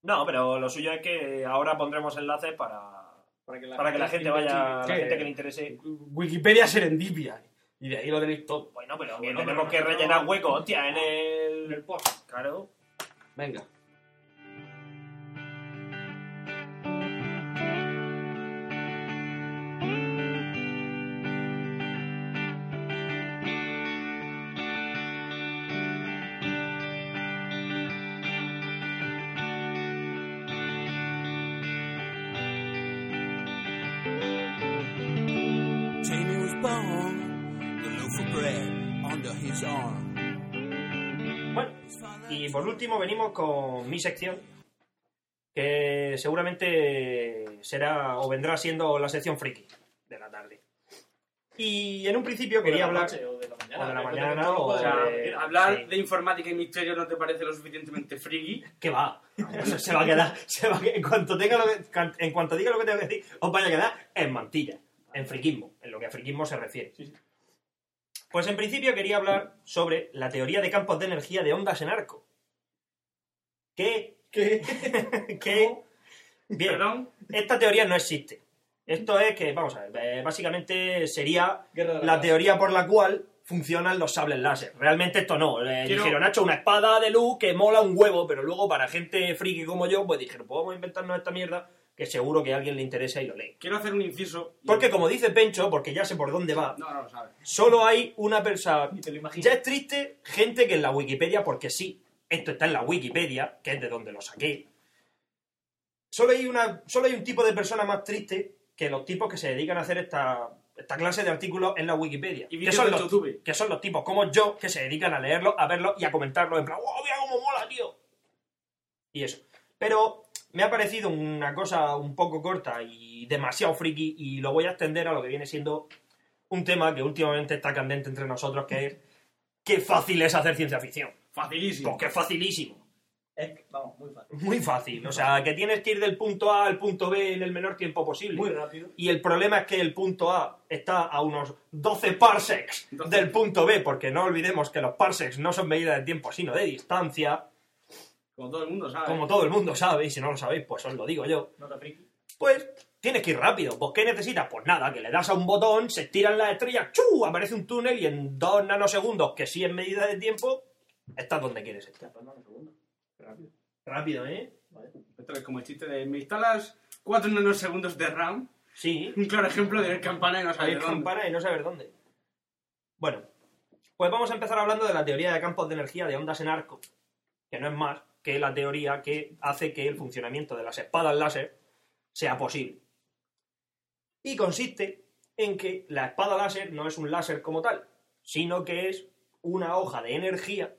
Speaker 1: No, pero lo suyo es que ahora pondremos enlaces para,
Speaker 4: Para que la,
Speaker 1: para que la gente vaya, la
Speaker 2: Sí.
Speaker 1: gente que le interese.
Speaker 2: Wikipedia Serendipia. Y de ahí lo tenéis todo.
Speaker 1: Bueno, pero que
Speaker 4: Bueno,
Speaker 1: tenemos
Speaker 4: pero-
Speaker 1: que rellenar huecos, hostia, en
Speaker 4: En el
Speaker 1: el...
Speaker 4: post.
Speaker 1: Claro.
Speaker 2: Venga.
Speaker 10: Jamie was born, the loaf of bread under his arm.
Speaker 1: Bueno, y por último venimos con mi sección, que seguramente será o vendrá siendo la sección friki de la tarde. Y en un principio quería hablar...
Speaker 4: O de la Ah, mañana.
Speaker 1: o de la
Speaker 4: Recuerda
Speaker 1: mañana,
Speaker 4: que todo
Speaker 1: o
Speaker 4: puede-
Speaker 1: sea, Sí.
Speaker 2: de informática y misterio no te parece lo suficientemente
Speaker 3: *laughs*
Speaker 2: friki.
Speaker 1: ¿Qué va? se va a quedar. Se va a que- en, cuanto tenga lo que- can- en cuanto diga lo que tengo que decir, os vaya a quedar en mantilla, en friquismo, en lo que a friquismo se refiere. Pues en principio quería hablar sobre la teoría de campos de energía de ondas en arco. ¿Qué?
Speaker 4: ¿Qué?
Speaker 1: *laughs* ¿Qué? Bien, esta teoría no existe. Esto es que, vamos a ver, eh, básicamente sería
Speaker 4: Guerra de las
Speaker 1: la
Speaker 4: Galaxias.
Speaker 1: teoría por la cual funcionan los sables láser. Realmente esto no. Le
Speaker 4: Quiero-
Speaker 1: Dijeron, Nacho, una espada de luz que mola un huevo, pero luego para gente friki como yo, pues dijeron, podemos "Pues inventarnos esta mierda, que que seguro que a alguien le interesa y lo lee.
Speaker 3: Quiero hacer un inciso.
Speaker 1: Porque como dice Pencho, porque ya sé por dónde va,
Speaker 6: No, no lo sabes.
Speaker 1: solo hay una persona...
Speaker 2: Ni te lo imaginas.
Speaker 1: Ya es triste gente que en la Wikipedia, porque sí, esto está en la Wikipedia, que es de donde lo saqué. Solo hay, una, solo hay un tipo de persona más triste que los tipos que se dedican a hacer esta, esta clase de artículos en la Wikipedia.
Speaker 3: Y
Speaker 1: que,
Speaker 3: vídeos
Speaker 1: son
Speaker 3: de
Speaker 1: los,
Speaker 3: YouTube.
Speaker 1: que son los tipos como yo que se dedican a leerlos, a verlos y a comentarlos en plan, ¡wow, mira cómo mola, tío! Y eso. Pero me ha parecido una cosa un poco corta y demasiado friki y lo voy a extender a lo que viene siendo un tema que últimamente está candente entre nosotros, que es qué fácil es hacer ciencia ficción.
Speaker 3: Facilísimo.
Speaker 1: Porque es facilísimo.
Speaker 5: Es, vamos, muy fácil.
Speaker 1: Muy fácil. O sea, que tienes que ir del punto A al punto B en el menor tiempo posible.
Speaker 5: Muy rápido.
Speaker 1: Y el problema es que el punto A está a unos 12 parsecs del punto B, porque no olvidemos que los parsecs no son medidas de tiempo, sino de distancia,
Speaker 3: Como todo el mundo sabe.
Speaker 1: como todo el mundo sabe, y si no lo sabéis, pues os lo digo yo.
Speaker 5: No te friki.
Speaker 1: Pues tienes que ir rápido. ¿Pues qué necesitas? Pues nada, que le das a un botón, se estiran las estrellas, ¡chu! Aparece un túnel y en dos nanosegundos, que sí es medida de tiempo, estás donde quieres estar.
Speaker 4: pues,
Speaker 1: Rápido, ¿eh?
Speaker 3: Esto es como el chiste de me instalas 4 nanosegundos de RAM.
Speaker 1: Sí.
Speaker 3: Un claro ejemplo de campana y no
Speaker 1: Hay
Speaker 3: sabes dónde.
Speaker 1: campana y no saber dónde. Bueno, pues vamos a empezar hablando de la teoría de campos de energía de ondas en arco, que no es más que la teoría que hace que el funcionamiento de las espadas láser sea posible. Y consiste en que la espada láser no es un láser como tal, sino que es una hoja de energía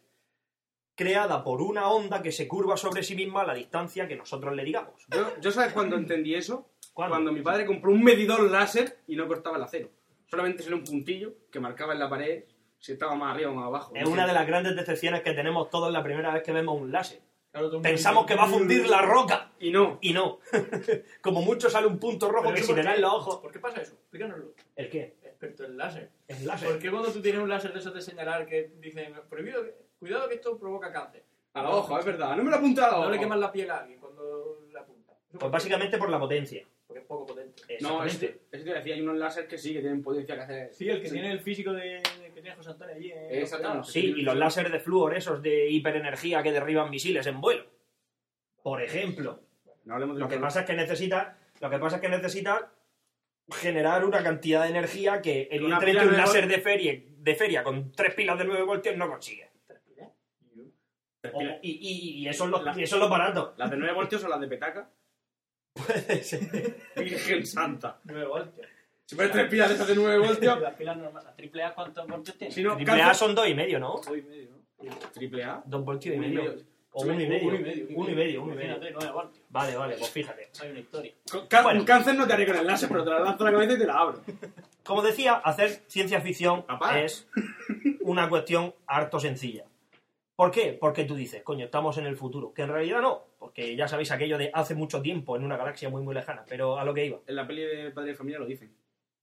Speaker 1: creada por una onda que se curva sobre sí misma a la distancia que nosotros le digamos.
Speaker 3: Yo, yo sabes cuándo entendí eso?
Speaker 1: ¿Cuándo?
Speaker 3: Cuando mi padre compró un medidor láser y no cortaba el acero. Solamente era un puntillo que marcaba en la pared si estaba más arriba o más abajo.
Speaker 1: Es una de las grandes decepciones que tenemos todos la primera vez que vemos un láser.
Speaker 5: Claro, todo el mundo
Speaker 1: Pensamos que
Speaker 5: dice,
Speaker 1: va a fundir la roca.
Speaker 3: Y no.
Speaker 1: Y no. *laughs* Como mucho sale un punto rojo
Speaker 5: "Pero
Speaker 1: que
Speaker 5: eso
Speaker 1: si
Speaker 5: por
Speaker 1: te
Speaker 5: qué-
Speaker 1: dan los ojos.
Speaker 5: ¿Por qué pasa eso? Explícanoslo.
Speaker 1: ¿El qué?
Speaker 5: Experto en láser.
Speaker 1: El láser.
Speaker 5: ¿Por qué cuando tú tienes un láser de esos de señalar que dicen prohibido, que- cuidado que esto provoca cáncer?
Speaker 3: A los ojos, es verdad. No me lo apuntaba.
Speaker 5: No le quemas la piel a alguien cuando la apunta. Eso
Speaker 1: Pues
Speaker 5: porque-
Speaker 1: básicamente por la potencia.
Speaker 5: Porque es poco potente.
Speaker 3: No, eso,
Speaker 1: Exactamente.
Speaker 3: eso te decía, hay unos láser que sí, que tienen potencia que hacer.
Speaker 5: Sí, el que tiene el físico de, de que tiene José Antonio allí. en
Speaker 3: Exactamente.
Speaker 5: los
Speaker 1: Sí, y los láser de flúor, esos de hiperenergía que derriban misiles en vuelo. Por ejemplo.
Speaker 3: No hablemos de
Speaker 1: Lo que
Speaker 3: más
Speaker 1: pasa es que necesita, lo que pasa es que necesita generar una cantidad de energía que
Speaker 3: Una
Speaker 1: evidentemente
Speaker 3: pila
Speaker 1: un
Speaker 3: de
Speaker 1: láser de feria, de feria con tres pilas de 9 voltios no consigue. O-
Speaker 3: pilas.
Speaker 1: Y, y- y eso es lo, y eso es lo barato.
Speaker 3: ¿Las de 9 voltios o las de petaca?
Speaker 1: Puede ser.
Speaker 3: Virgen santa.
Speaker 5: 9 voltios.
Speaker 3: Si pones tres pilas de esas de 9 voltios.
Speaker 5: Las pilas normales. ¿La triple A cuántos voltios tiene?
Speaker 2: *laughs*
Speaker 3: Si no,
Speaker 1: Triple A son dos y medio, ¿no?
Speaker 5: Dos y medio, ¿no?
Speaker 3: Triple A.
Speaker 1: Dos voltios y
Speaker 3: Uno y
Speaker 1: medio.
Speaker 3: medio.
Speaker 1: O uno y medio.
Speaker 5: Uno y medio.
Speaker 1: Uno y medio, uno y medio.
Speaker 5: Imagínate, 9 voltios.
Speaker 1: Vale, vale, pues fíjate.
Speaker 5: Hay una historia.
Speaker 3: Con cá-
Speaker 1: Bueno.
Speaker 3: un cáncer no te haré con el láser, pero te la lanzo a la cabeza y te la abro.
Speaker 1: Como decía, hacer ciencia ficción
Speaker 3: Papá.
Speaker 1: es una cuestión harto sencilla. ¿Por qué? Porque tú dices, coño, estamos en el futuro. Que en realidad no, porque ya sabéis aquello de hace mucho tiempo en una galaxia muy muy lejana, pero a lo que iba.
Speaker 3: En la peli de Padre de Familia lo dicen.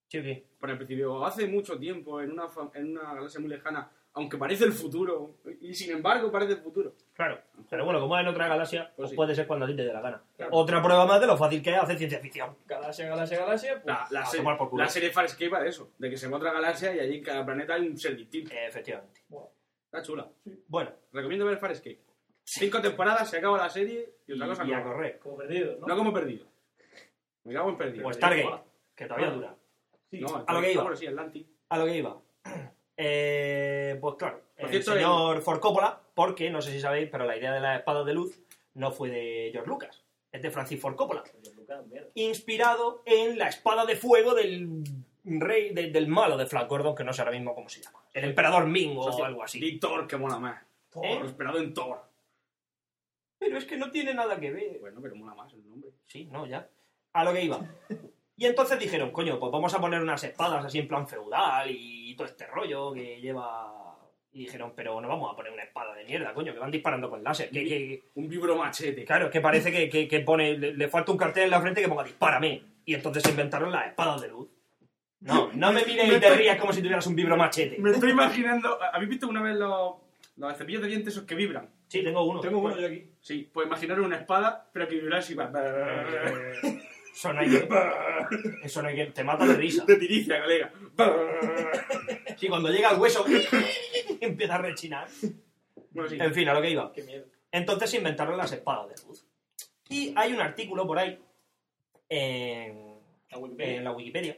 Speaker 1: Sí, sí.
Speaker 3: Por el principio, hace mucho tiempo, en una, fa- en una galaxia muy lejana, aunque parece el futuro, y sin embargo parece el futuro.
Speaker 1: Claro. Pero bueno, como es en otra galaxia,
Speaker 3: Pues
Speaker 1: pues
Speaker 3: sí.
Speaker 1: puede ser cuando a ti te dé la gana.
Speaker 5: Claro.
Speaker 1: Otra prueba más de lo fácil que es hacer ciencia ficción.
Speaker 5: Galaxia, galaxia, galaxia. Pues,
Speaker 3: La, la
Speaker 1: a
Speaker 3: se-
Speaker 1: tomar por culo.
Speaker 3: la serie Farscape va de eso, de que se va a otra galaxia y allí en cada planeta hay un ser distinto.
Speaker 1: Eh, Efectivamente.
Speaker 3: Está chula.
Speaker 1: Bueno,
Speaker 3: Recomiendo ver Farscape. Cinco temporadas, se acaba la serie y otra cosa
Speaker 1: y a
Speaker 3: no.
Speaker 1: correr.
Speaker 5: como perdido, ¿no?
Speaker 3: No como perdido. Me cago en perdido.
Speaker 1: O Stargate, que
Speaker 3: ah.
Speaker 1: todavía dura.
Speaker 3: No,
Speaker 1: a lo que iba.
Speaker 3: Bueno, sí, Atlantis.
Speaker 1: A lo que iba. *clears throat* Eh, pues claro,
Speaker 3: Por
Speaker 1: el
Speaker 3: cierto,
Speaker 1: señor Ford Coppola, porque no sé si sabéis, pero la idea de las espadas de luz no fue de George Lucas, es de Francis Ford Coppola, inspirado en la espada de fuego del rey, de- del malo de Flash Gordon, que no sé ahora mismo cómo se llama, el emperador Mingo o
Speaker 3: Socio,
Speaker 1: algo así.
Speaker 3: Oh, Di Thor, que mola más. Thor,
Speaker 1: ¿Eh?
Speaker 3: esperado en Thor.
Speaker 1: Pero es que no tiene nada que ver.
Speaker 3: Bueno, pero mola más el nombre.
Speaker 1: Sí, no, ya. A lo que iba. Y entonces dijeron, coño, pues vamos a poner unas espadas así en plan feudal y todo este rollo que lleva. Y dijeron, pero no vamos a poner una espada de mierda, coño, que van disparando con láser. Que, que-
Speaker 3: Un vibro machete.
Speaker 1: que- claro, es que parece que, que- que pone. Le, le falta un cartel en la frente que ponga dispárame. Y entonces se inventaron las espadas de luz. No, no me mires y te rías como si tuvieras un vibro machete.
Speaker 3: Me estoy imaginando. ¿Habéis visto una vez los, los cepillos de dientes esos que vibran?
Speaker 1: Sí, tengo uno.
Speaker 5: Tengo uno yo aquí.
Speaker 3: Sí, pues imaginaros una espada, pero que vibra así. va. Eh.
Speaker 1: Eso no hay
Speaker 3: *laughs*
Speaker 1: que. Eso no hay que. Te mata de risa.
Speaker 3: Te tiriza, *laughs* colega.
Speaker 1: Sí, cuando llega al hueso. *laughs* empieza a rechinar.
Speaker 3: Bueno, sí.
Speaker 1: En fin, a lo que iba.
Speaker 5: Qué miedo.
Speaker 1: Entonces se inventaron las espadas de luz. Y hay un artículo por ahí en,
Speaker 5: La Wikipedia.
Speaker 1: en la Wikipedia.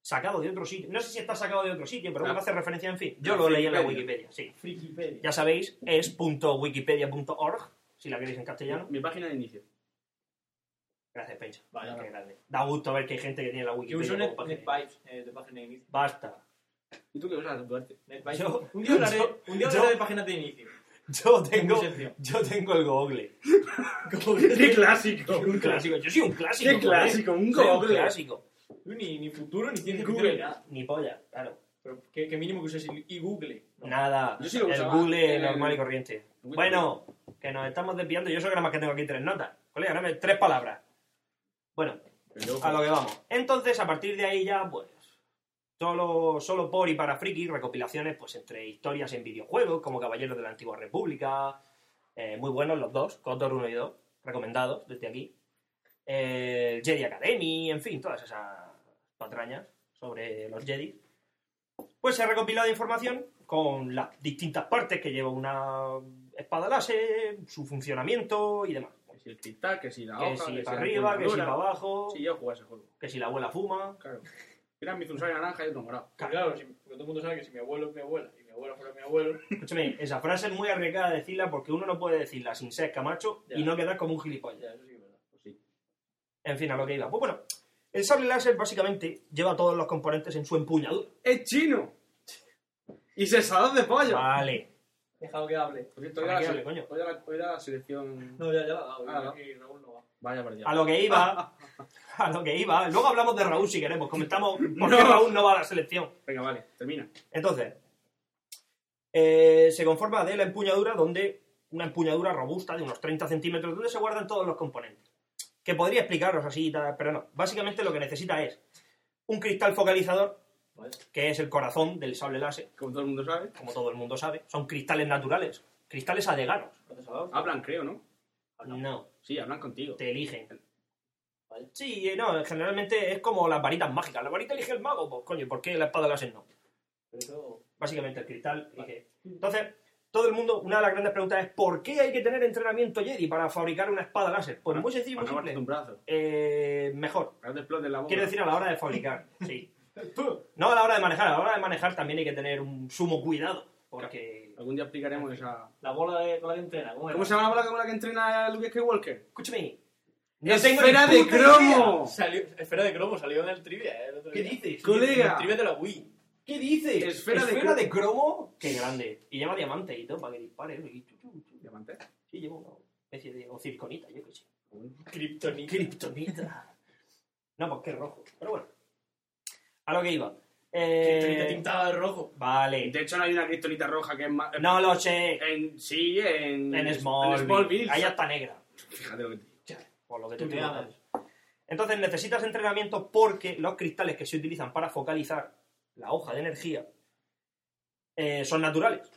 Speaker 1: Sacado de otro sitio. No sé si está sacado de otro sitio, pero bueno,
Speaker 3: Ah.
Speaker 1: hace referencia, en fin. Yo lo leí en la Wikipedia, sí.
Speaker 5: Frikipedia.
Speaker 1: Ya sabéis, es punto .wikipedia.org, si la queréis en castellano.
Speaker 3: Mi página de inicio.
Speaker 1: Gracias, Pencho.
Speaker 5: Vale,
Speaker 1: Qué grande. Da gusto ver que hay gente que tiene la
Speaker 5: Yo uso
Speaker 1: Wikipedia. como
Speaker 5: Net-
Speaker 1: página.
Speaker 5: NetPipes eh, de página de inicio.
Speaker 1: Basta.
Speaker 3: ¿Y tú qué usas,
Speaker 1: *laughs*
Speaker 3: Duarte?
Speaker 5: NetPipes.
Speaker 1: Yo-
Speaker 5: un día hablaré,
Speaker 1: yo-
Speaker 5: un día
Speaker 1: yo-
Speaker 5: hablaré de páginas de inicio.
Speaker 1: Yo tengo,
Speaker 5: mi sección.
Speaker 1: *laughs* yo tengo el Google.
Speaker 3: ¡Qué clásico!
Speaker 1: Un clásico. Yo soy un clásico. joder.
Speaker 3: ¡Qué clásico! ¡Un
Speaker 1: Soy un
Speaker 3: Google!
Speaker 1: clásico.
Speaker 5: Ni, ni futuro, ni ciencia
Speaker 3: Google.
Speaker 5: ficción, ni nada.
Speaker 1: Ni polla, claro.
Speaker 5: Pero que, que mínimo que uses y y Google.
Speaker 1: Nada.
Speaker 3: Yo sí lo
Speaker 1: el
Speaker 3: usaba.
Speaker 1: Google
Speaker 3: El-
Speaker 1: normal y corriente.
Speaker 3: Google.
Speaker 1: Bueno, que nos estamos desviando. Yo sé que nada más que tengo aquí tres notas. Colega, dame tres palabras. Bueno, a lo que vamos. Entonces, a partir de ahí ya, pues. Solo, solo por y para friki, recopilaciones pues entre historias en videojuegos, como Caballeros de la Antigua República. eh, muy buenos los dos, KOTOR 1 y 2, recomendados desde aquí. eh, Jedi Academy, en fin, todas esas patrañas sobre los Jedi. Pues se ha recopilado información con las distintas partes que lleva una espada láser, Eh, su funcionamiento y demás.
Speaker 3: Que si el cristal, que si la
Speaker 1: Que
Speaker 3: hoja,
Speaker 1: si
Speaker 3: que
Speaker 1: para
Speaker 3: la
Speaker 1: arriba, que si
Speaker 3: envoltura.
Speaker 1: para abajo,
Speaker 3: Sí, yo jugué a ese juego,
Speaker 1: que si la abuela fuma.
Speaker 3: claro. Eran mi zunzal naranja y otro morado.
Speaker 5: Claro, si- porque todo el mundo sabe que si mi abuelo es mi abuela y mi abuela fuera mi abuelo,
Speaker 1: Escúchame, esa frase es muy arriesgada de decirla porque uno no puede decirla sin ser camacho
Speaker 5: Ya.
Speaker 1: y no quedar como un gilipollas.
Speaker 5: ya, eso sí que es verdad.
Speaker 3: Pues sí.
Speaker 1: En fin, a lo que iba. Pues bueno, el sable láser básicamente lleva todos los componentes en su empuñadura.
Speaker 3: ¡Es chino! ¡Y se saló de pollo!
Speaker 1: Vale.
Speaker 5: Dejado que hable.
Speaker 3: Por cierto, hoy era la,
Speaker 1: Aquí,
Speaker 3: sele-
Speaker 1: coño.
Speaker 3: hoy era la- hoy era la selección...
Speaker 5: No, ya, ya la ha dado.
Speaker 3: Ah,
Speaker 5: y-
Speaker 3: no.
Speaker 5: y Raúl no va.
Speaker 3: Vaya perdida.
Speaker 1: A lo que iba. A lo que iba. Luego hablamos de Raúl si queremos. Comentamos por qué
Speaker 3: No.
Speaker 1: Raúl no va a la selección.
Speaker 3: Venga, vale, termina.
Speaker 1: Entonces, eh, se conforma de la empuñadura donde una empuñadura robusta de unos 30 centímetros donde se guardan todos los componentes. Que podría explicaros así, y tal, pero no. Básicamente lo que necesita es un cristal focalizador,
Speaker 5: Vale.
Speaker 1: que es el corazón del sable láser,
Speaker 3: Como todo el mundo sabe.
Speaker 1: como todo el mundo sabe. Son cristales naturales, cristales adeganos.
Speaker 5: ¿Cuántos ha dado?
Speaker 3: Hablan, creo, ¿no?
Speaker 1: No,
Speaker 3: Sí, hablan contigo.
Speaker 1: te eligen. Sí, eh, no, generalmente es como las varitas mágicas. La varita elige el mago, pues coño, ¿por qué la espada láser no?
Speaker 5: Pero eso-
Speaker 1: básicamente el cristal. y que- Entonces, todo el mundo, una de las grandes preguntas es ¿por qué hay que tener entrenamiento Jedi para fabricar una espada láser? Pues muy sencillo, y muy
Speaker 3: Para no partirte un
Speaker 1: simple.
Speaker 3: brazo.
Speaker 1: Eh, mejor.
Speaker 3: Para no te explote la boca.
Speaker 1: Quiero decir a la hora de fabricar, sí. No a la hora de manejar, a la hora de manejar también hay que tener un sumo cuidado, porque...
Speaker 3: Algún día explicaremos esa...
Speaker 5: La bola de, con la que entrena, ¿cómo era?
Speaker 3: ¿Cómo se llama la bola con la que entrena Luke Skywalker?
Speaker 1: Escúchame.
Speaker 3: ¡Esfera de cromo!
Speaker 5: Salió, espera de cromo, salió en el trivia. eh, el otro
Speaker 1: ¿Qué
Speaker 5: día.
Speaker 1: dices?
Speaker 5: En
Speaker 3: ¡Colega!
Speaker 5: el trivia de la Wii.
Speaker 1: ¿Qué dices?
Speaker 3: Esfera de
Speaker 1: ¿Esfera
Speaker 3: cro-
Speaker 1: de cromo? ¡Qué grande! Y lleva diamante y todo para que dispare. y chu, chu, chu.
Speaker 3: Diamante.
Speaker 1: Sí, lleva una especie de... o circonita, yo qué sé.
Speaker 5: Kryptonita.
Speaker 3: *laughs*
Speaker 1: Kryptonita. No, porque es rojo. Pero bueno. A lo que iba.
Speaker 5: Kryptonita
Speaker 1: Eh,
Speaker 5: tintada de rojo.
Speaker 1: vale.
Speaker 3: De hecho, no hay una cristolita roja que es más...
Speaker 1: No lo sé.
Speaker 3: En, sí, en...
Speaker 1: En Smallville.
Speaker 3: En Smallville.
Speaker 1: Ahí ya está negra.
Speaker 3: Fíjate lo que te digo.
Speaker 1: Por lo que te
Speaker 5: Tú te
Speaker 1: digo.
Speaker 5: hagas.
Speaker 1: Entonces necesitas entrenamiento porque los cristales que se utilizan para focalizar la hoja de energía eh, son naturales.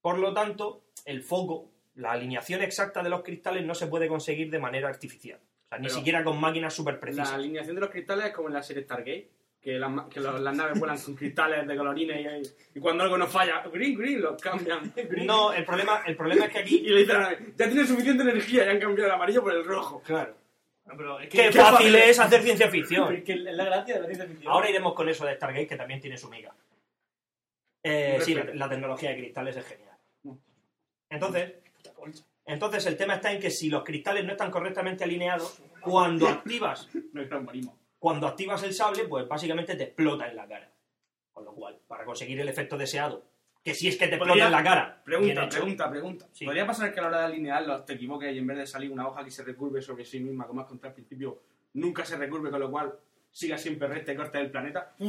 Speaker 1: Por lo tanto, el foco, la alineación exacta de los cristales no se puede conseguir de manera artificial. O sea, ni
Speaker 3: Pero-
Speaker 1: siquiera con máquinas súper
Speaker 3: La
Speaker 1: precisas.
Speaker 3: alineación de los cristales es como en la serie Stargate. Que, las ma- que los- las naves vuelan con cristales de colorines y, y cuando algo nos falla, green, green, los cambian.
Speaker 1: No, el problema, el problema es que
Speaker 2: *laughs*
Speaker 1: aquí
Speaker 3: Y le dicen a la nave, ya tiene suficiente energía y han cambiado el amarillo por el rojo.
Speaker 1: Claro.
Speaker 5: No, pero
Speaker 2: *laughs*
Speaker 5: es que,
Speaker 1: Qué,
Speaker 5: es que-
Speaker 1: fácil es hacer ciencia ficción.
Speaker 5: es que es la gracia de la ciencia ficción.
Speaker 1: Ahora iremos con eso de Stargate, que también tiene su miga. Eh, sí, la, la tecnología de cristales es genial.
Speaker 3: Mm.
Speaker 1: Entonces, entonces, el tema está en que si los cristales no están correctamente alineados, cuando activas,
Speaker 3: No es gran marismo.
Speaker 1: cuando activas el sable, pues básicamente te explota en la cara. Con lo cual, para conseguir el efecto deseado, que si es que te explota
Speaker 3: Podría-
Speaker 1: en la cara. bien
Speaker 3: Pregunta,
Speaker 1: hecho.
Speaker 3: pregunta, pregunta.
Speaker 1: Sí.
Speaker 3: ¿Podría pasar que a la hora de alinearlos te equivoques y en vez de salir una hoja que se recurve sobre sí misma, como has contado al principio, nunca se recurve, con lo cual siga siempre recta y corta del planeta?
Speaker 5: ¿Se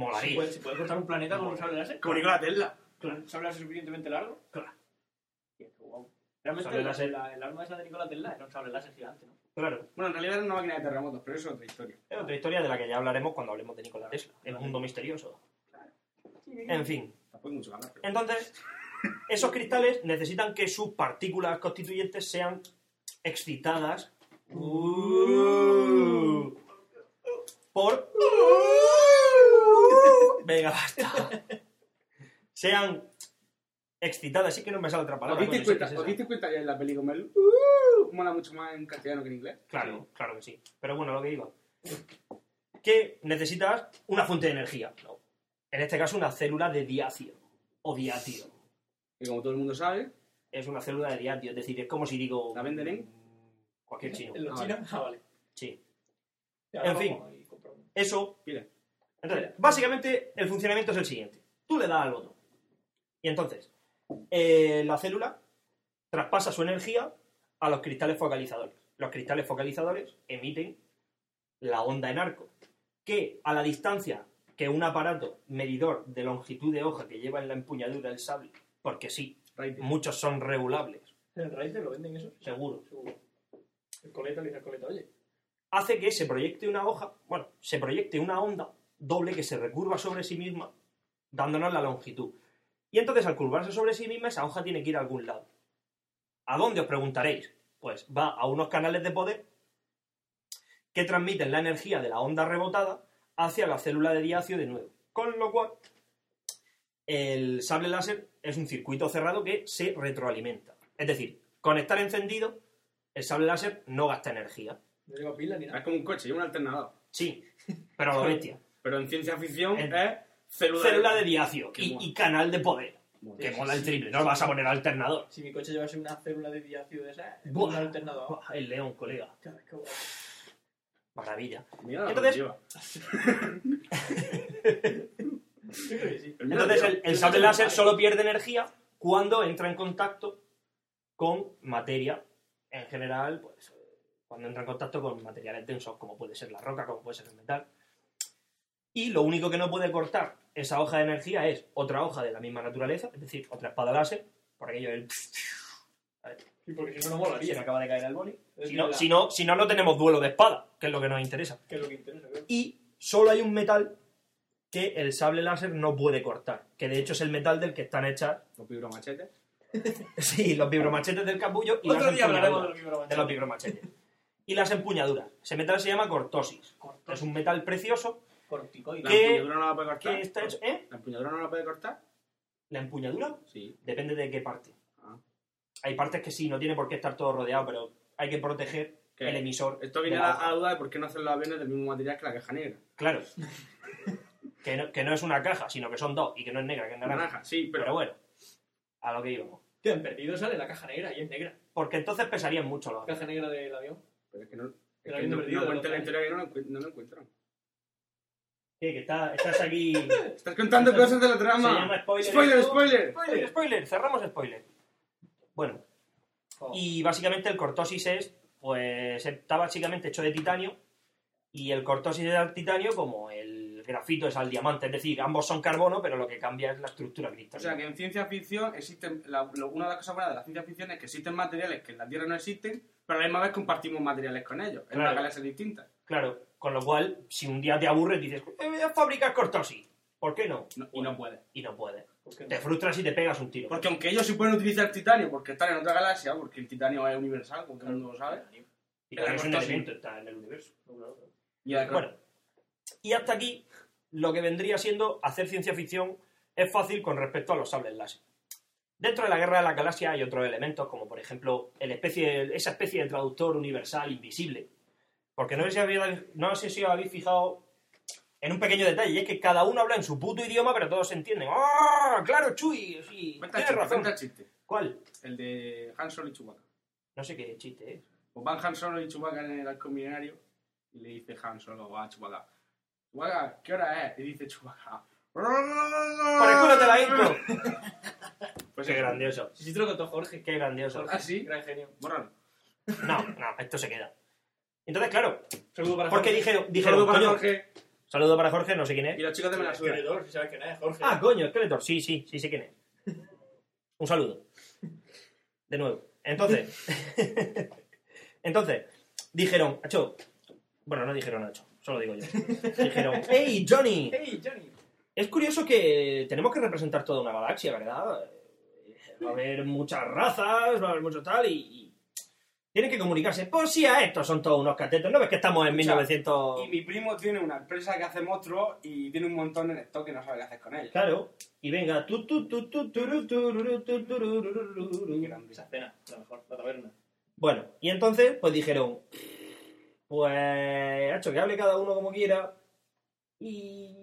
Speaker 1: Molaría.
Speaker 3: pues
Speaker 5: puede, se puede cortar un planeta con un sable láser?
Speaker 3: Como Nikola Tesla.
Speaker 5: Claro. ¿Un sable láser suficientemente largo?
Speaker 1: Claro.
Speaker 5: Tío, qué guau. Realmente
Speaker 1: Sable
Speaker 5: la-
Speaker 1: láser.
Speaker 5: la- el arma esa de Nikola Tesla era un sable láser gigante, ¿no?
Speaker 1: Claro.
Speaker 3: Bueno, en realidad era una máquina de terremotos, pero eso es otra historia.
Speaker 1: Es otra historia de la que ya hablaremos cuando hablemos de Nikola Tesla. El mundo misterioso. En fin.
Speaker 3: Tampoco hay mucho que hablar. pero-
Speaker 1: Entonces, esos cristales necesitan que sus partículas constituyentes sean excitadas Uh. por...
Speaker 2: Uh.
Speaker 1: Venga, basta. Sean excitada, así que no me sale otra
Speaker 2: ¿Os
Speaker 1: palabra.
Speaker 2: diste
Speaker 1: coño,
Speaker 2: cuenta,
Speaker 1: sí,
Speaker 2: ¿os
Speaker 1: sí, sí.
Speaker 2: diste cuenta que en la peli como el uh, mola mucho más en castellano que en inglés?
Speaker 1: Claro, claro que sí. Pero bueno, lo que iba. Que necesitas una fuente de energía. ¿no? En este caso, una célula de diacio. O diatio.
Speaker 2: Y como todo el mundo sabe,
Speaker 1: Es una célula de diatio. Es decir, es como si digo.
Speaker 2: ¿La venden en?
Speaker 1: Cualquier chino.
Speaker 2: Ah,
Speaker 4: ¿Los
Speaker 2: vale.
Speaker 4: chinos? Ah, vale.
Speaker 1: Sí.
Speaker 4: Ya,
Speaker 1: En
Speaker 4: vamos
Speaker 1: fin.
Speaker 4: y compramos.
Speaker 1: Eso.
Speaker 2: Mira.
Speaker 1: Entonces, básicamente el funcionamiento es el siguiente. Tú le das al botón. Y entonces, eh, la célula traspasa su energía a los cristales focalizadores. Los cristales focalizadores emiten la onda en arco, que a la distancia que un aparato medidor de longitud de hoja que lleva en la empuñadura el sable, porque sí,
Speaker 2: Raite.
Speaker 1: muchos son regulables,
Speaker 4: ¿En el Raíces lo venden eso?
Speaker 1: seguro,
Speaker 4: Seguro. El coleta le dice al coleta, oye.
Speaker 1: hace que se proyecte una hoja, bueno, se proyecte una onda doble que se recurva sobre sí misma, dándonos la longitud. Y entonces, al curvarse sobre sí misma, esa hoja tiene que ir a algún lado. ¿A dónde os preguntaréis? Pues va a unos canales de poder que transmiten la energía de la onda rebotada hacia la célula de diacio de nuevo. Con lo cual, el sable láser es un circuito cerrado que se retroalimenta. Es decir, con estar encendido, el sable láser no gasta energía.
Speaker 4: No lleva pila ni nada.
Speaker 2: es como un coche, lleva un alternador.
Speaker 1: Sí, pero a lo bestia.
Speaker 2: Pero en ciencia ficción
Speaker 1: En-
Speaker 2: es célula,
Speaker 1: Célula de diacio
Speaker 2: Qué
Speaker 1: y,
Speaker 2: mono.
Speaker 1: y canal de poder.
Speaker 2: Bueno,
Speaker 1: Que
Speaker 4: sí,
Speaker 1: mola
Speaker 4: sí,
Speaker 1: el triple. No lo vas a poner alternador.
Speaker 4: Si mi coche llevase una célula de diácido de esa,
Speaker 1: Buah.
Speaker 4: un alternador.
Speaker 1: Buah, El león, colega.
Speaker 4: Claro, es que guapo.
Speaker 1: Maravilla.
Speaker 2: Mira la
Speaker 1: Entonces-
Speaker 2: lleva.
Speaker 4: Yo creo que sí.
Speaker 2: Pero mira la
Speaker 1: Entonces
Speaker 2: lleva.
Speaker 1: el, el sable láser solo pierde energía cuando entra en contacto con materia. En general, pues eh, cuando entra en contacto con materiales densos, como puede ser la roca, como puede ser el metal. Y lo único que no puede cortar esa hoja de energía es otra hoja de la misma naturaleza, es decir, otra espada láser, por aquello del... *laughs*
Speaker 4: Sí, porque si no, no
Speaker 1: Se me
Speaker 4: molaría.
Speaker 1: acaba de caer el boli.
Speaker 4: Es
Speaker 1: Si no,
Speaker 4: verdad.
Speaker 1: si, no, si no, no tenemos duelo de espada, que es lo que nos interesa.
Speaker 4: Que es lo que interesa, creo.
Speaker 1: Y solo hay un metal que el sable láser no puede cortar, que de hecho es el metal del que están hechas *laughs*
Speaker 2: Los vibromachetes.
Speaker 1: sí, los vibromachetes del capullo y
Speaker 4: Otro
Speaker 1: las
Speaker 4: día hablaremos
Speaker 1: empuñaduras.
Speaker 4: de los micromanchas.
Speaker 1: de los vibromachetes. y las empuñaduras. Ese metal se llama cortosis. Es un metal precioso
Speaker 4: Corticoides.
Speaker 2: La
Speaker 1: ¿Qué?
Speaker 2: empuñadura no la puede cortar.
Speaker 4: Ah,
Speaker 2: pues,
Speaker 1: que está hecho... ¿Eh?
Speaker 2: ¿La empuñadura no la puede cortar?
Speaker 1: ¿La empuñadura?
Speaker 2: Sí.
Speaker 1: Depende de qué parte.
Speaker 2: Ah.
Speaker 1: Hay partes que sí, no tiene por qué estar todo rodeado, pero hay que proteger
Speaker 2: ¿Qué?
Speaker 1: el emisor.
Speaker 2: Esto viene
Speaker 1: de
Speaker 2: a
Speaker 1: la
Speaker 2: la,
Speaker 1: hoja.
Speaker 2: a la duda de por qué no hacen los aviones del mismo material que la caja negra.
Speaker 1: Claro. *laughs* que, no, que no es una caja, sino que son dos. Y que no es negra, que es naranja.
Speaker 2: Naranja, sí,
Speaker 1: Pero
Speaker 2: pero...
Speaker 1: bueno, a lo que íbamos.
Speaker 4: Tío, en perdido sale la caja negra y es negra.
Speaker 1: Porque entonces pesarían mucho los
Speaker 4: La
Speaker 1: aviones.
Speaker 4: caja negra del avión.
Speaker 2: Pero es que no... Es
Speaker 4: Pero
Speaker 2: que no,
Speaker 4: habiendo perdido
Speaker 2: no cuenta la
Speaker 4: los
Speaker 2: historia que no, la encu- no lo encuentran.
Speaker 1: Sí, que está- estás aquí. Se
Speaker 2: Estás contando cosas de la trama.
Speaker 1: llama spoiler.
Speaker 2: Spoiler,
Speaker 1: esto.
Speaker 2: spoiler.
Speaker 1: Spoiler, *laughs* spoiler. Cerramos spoiler. Bueno,
Speaker 4: Oh.
Speaker 1: y básicamente el cortosis es, pues, está básicamente hecho de titanio. Y el cortosis es al titanio como el grafito es al diamante. Es decir, ambos son carbono, pero lo que cambia es la estructura
Speaker 2: O
Speaker 1: cristalina.
Speaker 2: sea que en ciencia ficción existen. la- lo- una de las cosas buenas de la ciencia ficción es que existen materiales que en la Tierra no existen, pero a la misma vez compartimos materiales con ellos. En
Speaker 1: Claro.
Speaker 2: una galaxia distinta.
Speaker 1: Claro, con lo cual, si un día te aburres, dices, "Eh, voy a fabricar cortosis. ¿Por qué no?
Speaker 2: No- y no puede.
Speaker 1: Y no puedes.
Speaker 4: ¿Por qué no?
Speaker 1: Te frustras y te pegas un tiro.
Speaker 2: Porque aunque ellos sí pueden utilizar titanio porque están en otra galaxia, porque el titanio es universal, como todo el mundo lo sabe.
Speaker 1: Y claro,
Speaker 2: el
Speaker 1: es un
Speaker 2: cortosis.
Speaker 1: elemento, está en el universo.
Speaker 2: Y el-
Speaker 1: Bueno, y hasta aquí lo que vendría siendo hacer ciencia ficción es fácil con respecto a los sables láser. Dentro de la guerra de la galaxia hay otros elementos, como por ejemplo el especie, esa especie de traductor universal invisible. Porque no sé, si habéis, no sé si os habéis fijado en un pequeño detalle, y es que cada uno habla en su puto idioma, pero todos se entienden. ¡Ah! ¡Claro, Chuy! Sí,
Speaker 2: Cuenta
Speaker 1: tienes
Speaker 2: el chiste,
Speaker 1: razón.
Speaker 2: cuenta el chiste.
Speaker 1: ¿Cuál?
Speaker 2: El de Han Solo y Chewbacca.
Speaker 1: No sé qué chiste es.
Speaker 2: Pues van Han Solo y Chewbacca en el arco milenario y le dice Han Solo a Chewbacca. Chewbacca, ¿qué hora es? Y dice Chewbacca.
Speaker 1: ¡Por el culo te la *laughs* hinco!
Speaker 2: Pues
Speaker 1: ¡Qué grandioso!
Speaker 4: Si sí te lo contó Jorge.
Speaker 1: ¡Qué grandioso!
Speaker 2: ¿Ah, sí?
Speaker 4: Gran genio.
Speaker 2: Borrón.
Speaker 1: No, no, esto se queda. Entonces, claro,
Speaker 4: Saludo para
Speaker 1: Porque
Speaker 4: Jorge.
Speaker 1: dije, dijeron,
Speaker 2: Saludo para
Speaker 1: coño,
Speaker 2: Jorge
Speaker 1: saludo para Jorge, no sé quién
Speaker 2: y
Speaker 1: es.
Speaker 2: los chicos de
Speaker 4: El
Speaker 2: Menasura.
Speaker 4: escritor, si sabes que no es Jorge.
Speaker 1: Ah, coño, Skeletor, sí, sí, sí sé quién es. Un saludo. De nuevo. Entonces, entonces, dijeron, Acho, bueno, no dijeron Acho, solo digo yo. Dijeron, hey, Johnny,
Speaker 4: Hey, Johnny.
Speaker 1: es curioso que tenemos que representar toda una galaxia, ¿verdad? Va a haber muchas razas, va a haber mucho tal, y, y Tienen que comunicarse. Pues sí, a estos son todos unos catetos. ¿No ves que estamos en
Speaker 11: Escucha,
Speaker 1: 1900...?
Speaker 11: Y mi primo tiene una empresa que hace monstruos y tiene un montón en stock que no sabe qué hacer con ellos.
Speaker 1: Claro. Y venga... tu, tu, tu, tu, turu, tururu, tu, turururururu.
Speaker 2: Esa cena, la mejor, la taberna.
Speaker 1: Bueno, y entonces, pues dijeron... Pues... Hacho, que hable cada uno como quiera. Y...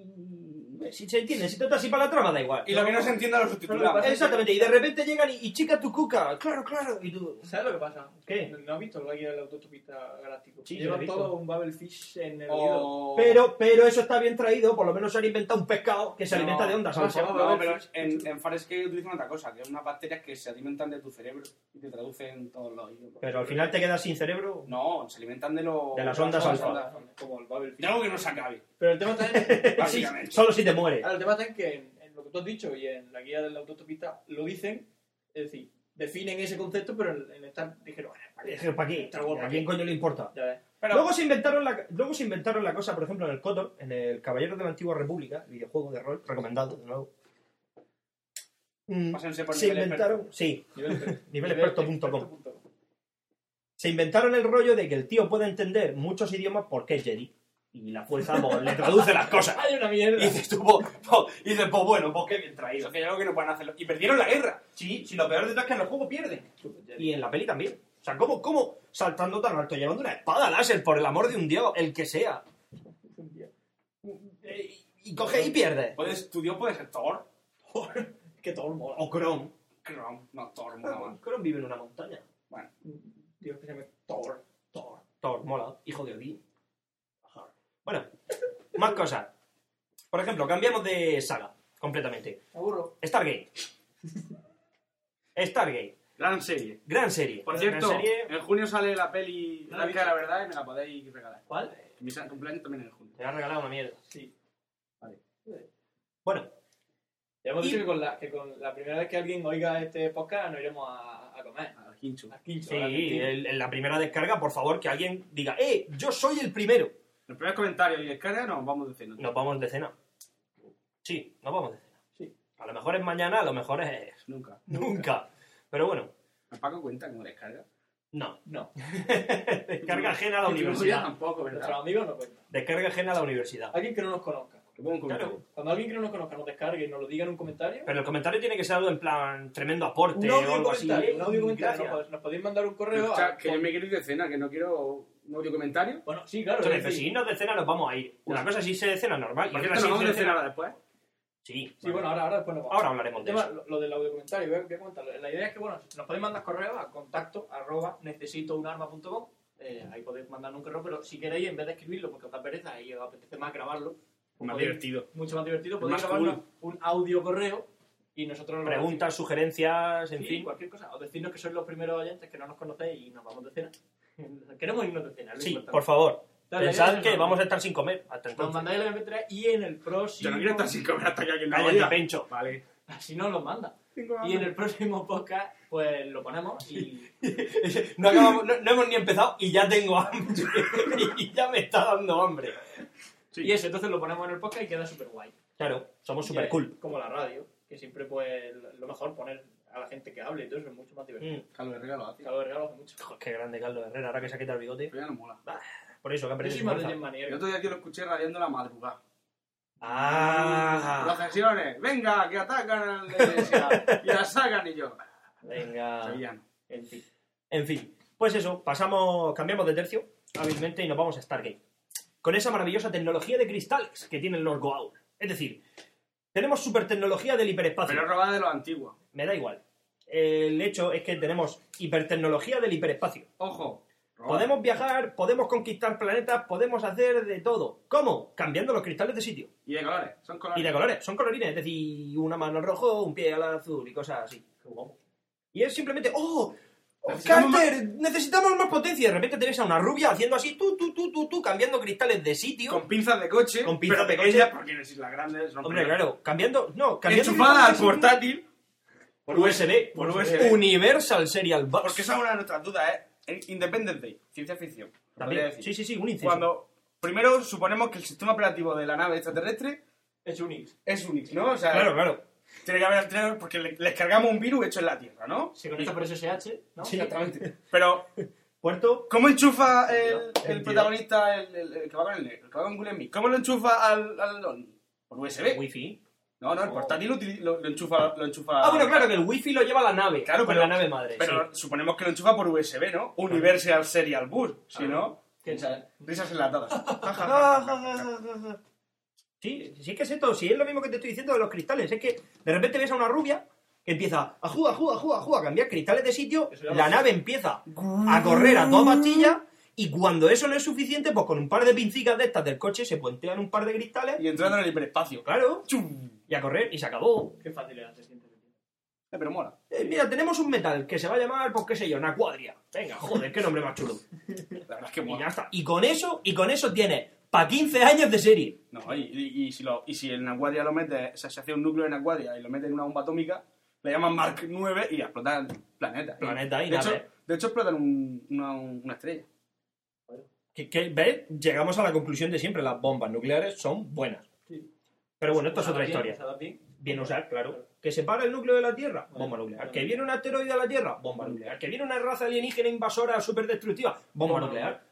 Speaker 1: Si se entiende, si trata así para la trama, da igual.
Speaker 11: Y lo que no se entienda lo subtitulamos.
Speaker 1: Exactamente, y de repente llegan y, y chica tu cuca, claro, claro, y tú...
Speaker 4: ¿Sabes lo que pasa?
Speaker 1: ¿Qué?
Speaker 4: ¿No has visto lo que hay en la autostopista galáctico?
Speaker 1: Sí, lo he
Speaker 4: Llevan
Speaker 1: visto.
Speaker 4: todo un Babelfish en el oído.
Speaker 11: O-
Speaker 1: Pero, pero eso está bien traído, por lo menos se han inventado un pescado que se alimenta de ondas. ¿sabes?
Speaker 11: No, no, pero en, en Farscape utilizan otra cosa, que es unas bacterias que se alimentan de tu cerebro y te traducen todos los idiomas.
Speaker 1: Pero al final te quedas sin cerebro.
Speaker 11: No, se alimentan de, los
Speaker 1: De las ondas alfa.
Speaker 4: Como el Babelfish.
Speaker 11: De algo que no se acabe,
Speaker 4: Pero el tema está en...
Speaker 1: Eh, *laughs* Sí,
Speaker 11: básicamente. Ah,
Speaker 1: solo si te mueres.
Speaker 4: Ahora, el tema está en que en, en lo que tú has dicho y en la guía de la autostopista lo dicen, es decir, definen ese concepto, pero en, en esta dijeron, "Ah, ¿para qué?".
Speaker 1: Es que, ¿Para qué? ¿A quién coño le importa?
Speaker 4: Ya ves.
Speaker 1: Luego se, inventaron la, luego se inventaron la cosa, por ejemplo, en el Cotor, en el Caballero de la Antigua República, videojuego de rol, recomendado, de nuevo. Mm,
Speaker 11: Pásense por
Speaker 1: se
Speaker 11: nivel experto.
Speaker 1: inventaron, sí,
Speaker 4: Nivel experto.
Speaker 1: *laughs* nivelexperto.com.
Speaker 4: experto.com.
Speaker 1: se inventaron el rollo de que el tío puede entender muchos idiomas porque es Jedi. Y la fuerza pues, le traduce las cosas.
Speaker 4: Hay una mierda.
Speaker 1: *laughs* Y dices tú, po- po- y dices, pues bueno, pues qué bien
Speaker 11: Eso
Speaker 1: traído.
Speaker 11: que hay algo que no pueden hacerlo. Y perdieron la guerra.
Speaker 6: Sí, si lo peor de todo es que en los juegos pierden.
Speaker 1: Y en la peli también. O sea, ¿cómo, cómo saltando tan alto, llevando una espada láser, por el amor de un dios, el que sea? Eh, Y coge y pierde.
Speaker 11: Puedes, tu dios puede ser Thor.
Speaker 4: que todo mola.
Speaker 1: O Kron.
Speaker 11: Crom, no, Thor, mola más.
Speaker 1: Kron vive en una montaña.
Speaker 4: Dios que se llame Thor.
Speaker 1: Thor. Thor, mola. Hijo de Odín. Ajá. Bueno, más cosas. Por ejemplo, cambiamos de saga completamente.
Speaker 4: Me aburro.
Speaker 1: Stargate. Stargate.
Speaker 11: Gran serie.
Speaker 1: Gran serie.
Speaker 11: Por
Speaker 1: Gran
Speaker 11: cierto,
Speaker 1: serie.
Speaker 11: en junio sale la peli
Speaker 4: No
Speaker 11: La
Speaker 4: la he
Speaker 11: Arca de la Verdad y me la podéis regalar.
Speaker 1: ¿Cuál?
Speaker 11: Mi sa- cumpleaños también es en junio.
Speaker 1: Te han regalado una mierda.
Speaker 4: Sí.
Speaker 1: Bueno,
Speaker 4: Ya hemos
Speaker 1: Y-
Speaker 4: dicho que con, la, que con la primera vez que alguien oiga este podcast nos iremos a, a comer.
Speaker 11: Al hincho.
Speaker 4: A quincho.
Speaker 1: sí, eh,
Speaker 4: a la Argentina.
Speaker 1: el- en la primera descarga, por favor, que alguien diga, ¡eh! Yo soy el primero.
Speaker 11: Los primeros comentarios y descarga nos vamos de cena.
Speaker 1: Nos vamos de cena. Sí, nos vamos de cena.
Speaker 4: Sí.
Speaker 1: A lo mejor es mañana, a lo mejor es
Speaker 11: Nunca.
Speaker 1: nunca. Pero bueno,
Speaker 11: ¿Me Paco cuenta como descarga?
Speaker 1: no.
Speaker 4: No.
Speaker 1: Descarga ajena a la
Speaker 11: Y tu novia
Speaker 1: universidad.
Speaker 11: tampoco,
Speaker 4: Nuestros
Speaker 11: ¿verdad?
Speaker 4: amigos no cuentan.
Speaker 1: Descarga ajena a la universidad.
Speaker 4: Alguien que no nos conozca.
Speaker 11: Que pongo un comentario.
Speaker 1: Claro.
Speaker 4: Cuando alguien que no nos conozca nos descargue y nos lo diga en un comentario.
Speaker 1: Pero el comentario tiene que ser algo en plan tremendo aporte
Speaker 4: Un
Speaker 1: o
Speaker 4: audio
Speaker 1: algo así.
Speaker 4: comentario, un
Speaker 1: ¿eh?
Speaker 4: audio comentario.
Speaker 1: Gracias.
Speaker 4: Nos, nos podéis mandar un correo.
Speaker 11: Escucha,
Speaker 4: a-
Speaker 11: que yo me quiero ir de cena, que no quiero un audio comentario.
Speaker 4: Bueno, sí, claro.
Speaker 1: Entonces,
Speaker 4: es
Speaker 1: pues,
Speaker 4: decir-
Speaker 1: si irnos de cena nos vamos a ir. Una cosa sí se de cena normal. y
Speaker 11: Por
Speaker 1: otra
Speaker 11: cierto,
Speaker 1: sí
Speaker 11: nos vamos
Speaker 1: se
Speaker 11: de cena ahora después.
Speaker 1: Sí,
Speaker 4: Sí, bueno, ahora, ahora después nos vamos.
Speaker 1: ahora hablaremos
Speaker 4: El
Speaker 1: de
Speaker 4: tema,
Speaker 1: eso.
Speaker 4: lo, lo del audio comentario, voy a, voy a comentarlo. La idea es que, bueno, nos podéis mandar correos a contacto arroba necesitounarma.com. Eh, ahí podéis mandar un correo, pero si queréis, en vez de escribirlo, porque os da pereza y os apetece más grabarlo, pues
Speaker 11: Más
Speaker 4: podéis-
Speaker 11: divertido.
Speaker 4: mucho más divertido,
Speaker 11: Es
Speaker 4: podéis
Speaker 11: más
Speaker 4: grabarnos un audio correo y nosotros lo
Speaker 1: Preguntas, sugerencias,
Speaker 4: recibimos.
Speaker 1: en
Speaker 4: Sí,
Speaker 1: fin.
Speaker 4: cualquier cosa. O decirnos que sois los primeros oyentes que no nos conocéis y nos vamos de cena. *laughs* Queremos irnos de cena. es lo
Speaker 1: Sí,
Speaker 4: importante.
Speaker 1: por favor.
Speaker 4: Dale,
Speaker 1: Pensad
Speaker 4: dale,
Speaker 1: que
Speaker 4: dale.
Speaker 1: vamos a estar sin comer hasta
Speaker 4: Nos
Speaker 1: entonces.
Speaker 4: mandáis la MP3 y en el próximo.
Speaker 11: Yo no
Speaker 4: *laughs*
Speaker 11: quiero estar sin comer hasta que alguien me
Speaker 1: Cállate,
Speaker 11: vaya.
Speaker 1: Pencho.
Speaker 11: Vale.
Speaker 4: Así nos lo manda. Y en el próximo podcast, pues lo ponemos y.
Speaker 1: No, acabamos- no- no hemos ni empezado y ya tengo hambre. *laughs* y ya me está dando hambre.
Speaker 11: Sí.
Speaker 4: Y eso, entonces lo ponemos en el podcast y queda súper guay.
Speaker 1: Claro, somos super cool.
Speaker 4: Como la radio, que siempre pues lo mejor poner a la gente que hable y todo eso es mucho más divertido.
Speaker 11: Carlos Herrera lo hace.
Speaker 4: Claro, de regalo hace mucho.
Speaker 1: Mm. Joder, qué grande Carlos Herrera, ahora que se ha quitado el bigote.
Speaker 11: Pero ya no mola.
Speaker 1: Por eso, que ha
Speaker 4: Yo
Speaker 1: perdido
Speaker 4: soy
Speaker 1: su
Speaker 4: más de
Speaker 1: fuerza.
Speaker 4: Jen Maniero.
Speaker 11: El otro día que lo escuché radiando la madrugada.
Speaker 1: Ah,
Speaker 11: Procesiones, venga, que atacan a la iglesia.
Speaker 1: *laughs*
Speaker 11: y la sacan y yo.
Speaker 1: venga.
Speaker 11: Sevillano.
Speaker 4: En fin.
Speaker 1: En fin, pues eso, pasamos, cambiamos de tercio hábilmente y nos vamos a Stargate. Con esa maravillosa tecnología de cristales que tienen los Goa'uld. Es decir, tenemos super tecnología del hiperespacio.
Speaker 11: Pero es robada de los antiguos.
Speaker 1: Me da igual. El hecho es que tenemos hipertecnología del hiperespacio.
Speaker 11: Ojo. robada.
Speaker 1: Podemos viajar, podemos conquistar planetas, podemos hacer de todo. ¿Cómo? Cambiando los cristales de sitio.
Speaker 11: Y de colores, son
Speaker 1: Y
Speaker 11: colores.
Speaker 1: de colores, son colorines, es decir, una mano al rojo, un pie al azul y cosas así. Y es simplemente, ¡oh! oh,
Speaker 11: Necesitamos
Speaker 1: ¡Carter! Necesitamos más potencia. Y de repente tenés a una rubia haciendo así, tú, tú, tú, tú, tú, cambiando cristales de sitio.
Speaker 11: Con pinzas de coche.
Speaker 1: Con pinzas
Speaker 11: pero
Speaker 1: de
Speaker 11: pequeñas,
Speaker 1: coche.
Speaker 11: porque en Islas Grandes son
Speaker 1: Hombre,
Speaker 11: pequeñas.
Speaker 1: claro, cambiando, no, cambiando.
Speaker 11: Enchufada al
Speaker 1: cristales de sitio.
Speaker 11: portátil.
Speaker 1: Por USB,
Speaker 11: Por USB.
Speaker 1: Universal Serial Bus.
Speaker 11: Porque esa es una de nuestras dudas, ¿eh? El Independence Day, ciencia ficción. lo podría
Speaker 1: También,
Speaker 11: decir.
Speaker 1: sí, sí, sí, un inciso.
Speaker 11: Cuando primero suponemos que el sistema operativo de la nave extraterrestre
Speaker 4: Es Unix.
Speaker 11: es Unix, ¿no? O sea,
Speaker 1: Claro, claro.
Speaker 11: tiene que haber alternador porque le- les cargamos un virus hecho en la Tierra, ¿no?
Speaker 4: Se conecta por SSH, ¿no?
Speaker 11: Exactamente. Pero
Speaker 1: Puerto.
Speaker 3: ¿Cómo enchufa el,
Speaker 1: Veintidós.
Speaker 3: el protagonista, el, el- el que va con el negro, el que va con Will Smith? ¿Cómo lo enchufa al, al Donnie? Por
Speaker 11: Eh.
Speaker 3: USB.
Speaker 1: Wifi.
Speaker 3: No, no, el portátil lo, utili- lo- lo enchufa, lo enchufa.
Speaker 1: Ah, bueno, claro, que el wifi lo lleva la nave.
Speaker 3: Claro,
Speaker 1: con
Speaker 3: pero-
Speaker 1: la nave madre.
Speaker 3: Pero suponemos que lo enchufa por USB, ¿no? Universal Serial Bus, si no.
Speaker 1: ¿Quién sabe?
Speaker 3: Risas enlatadas.
Speaker 1: Sí, sí que es esto. Si es lo mismo que te estoy diciendo de los cristales. Es que de repente ves a una rubia que empieza a jugar, jugar, jugar, jugar, a cambiar cristales de sitio. La nave empieza a correr a toda pastilla. Y cuando eso no es suficiente, pues con un par de pincicas de estas del coche se puentean un par de cristales.
Speaker 3: y entrando en el hiperespacio.
Speaker 1: Claro. Y a correr. Y se acabó.
Speaker 4: Qué fácil era, se siente.
Speaker 3: Eh, pero mola.
Speaker 1: Eh, mira, tenemos un metal que se va a llamar, pues qué sé yo, una cuadria. Venga, joder, qué nombre más chulo.
Speaker 3: La verdad es que
Speaker 1: Y
Speaker 3: mola.
Speaker 1: ya está. Y con eso, y con eso tienes pa' 15 años de serie.
Speaker 3: No, y, y- y si lo, y si en Aguadia lo metes, o sea, se hace un núcleo en Aguadia y lo metes en una bomba atómica, le llaman Mark 9 y explotan planetas.
Speaker 1: Planeta y
Speaker 3: de, hecho,
Speaker 1: nave.
Speaker 3: de hecho, explotan un- una, una estrella.
Speaker 1: Que, que, ¿Ves? Llegamos a la conclusión de siempre, las bombas nucleares son buenas. Pero bueno, esto es otra historia. Bien usar, claro. Que separa el núcleo de la Tierra, bomba nuclear. Que viene un asteroide a la Tierra, bomba nuclear. Que viene una raza alienígena invasora superdestructiva, bomba nuclear.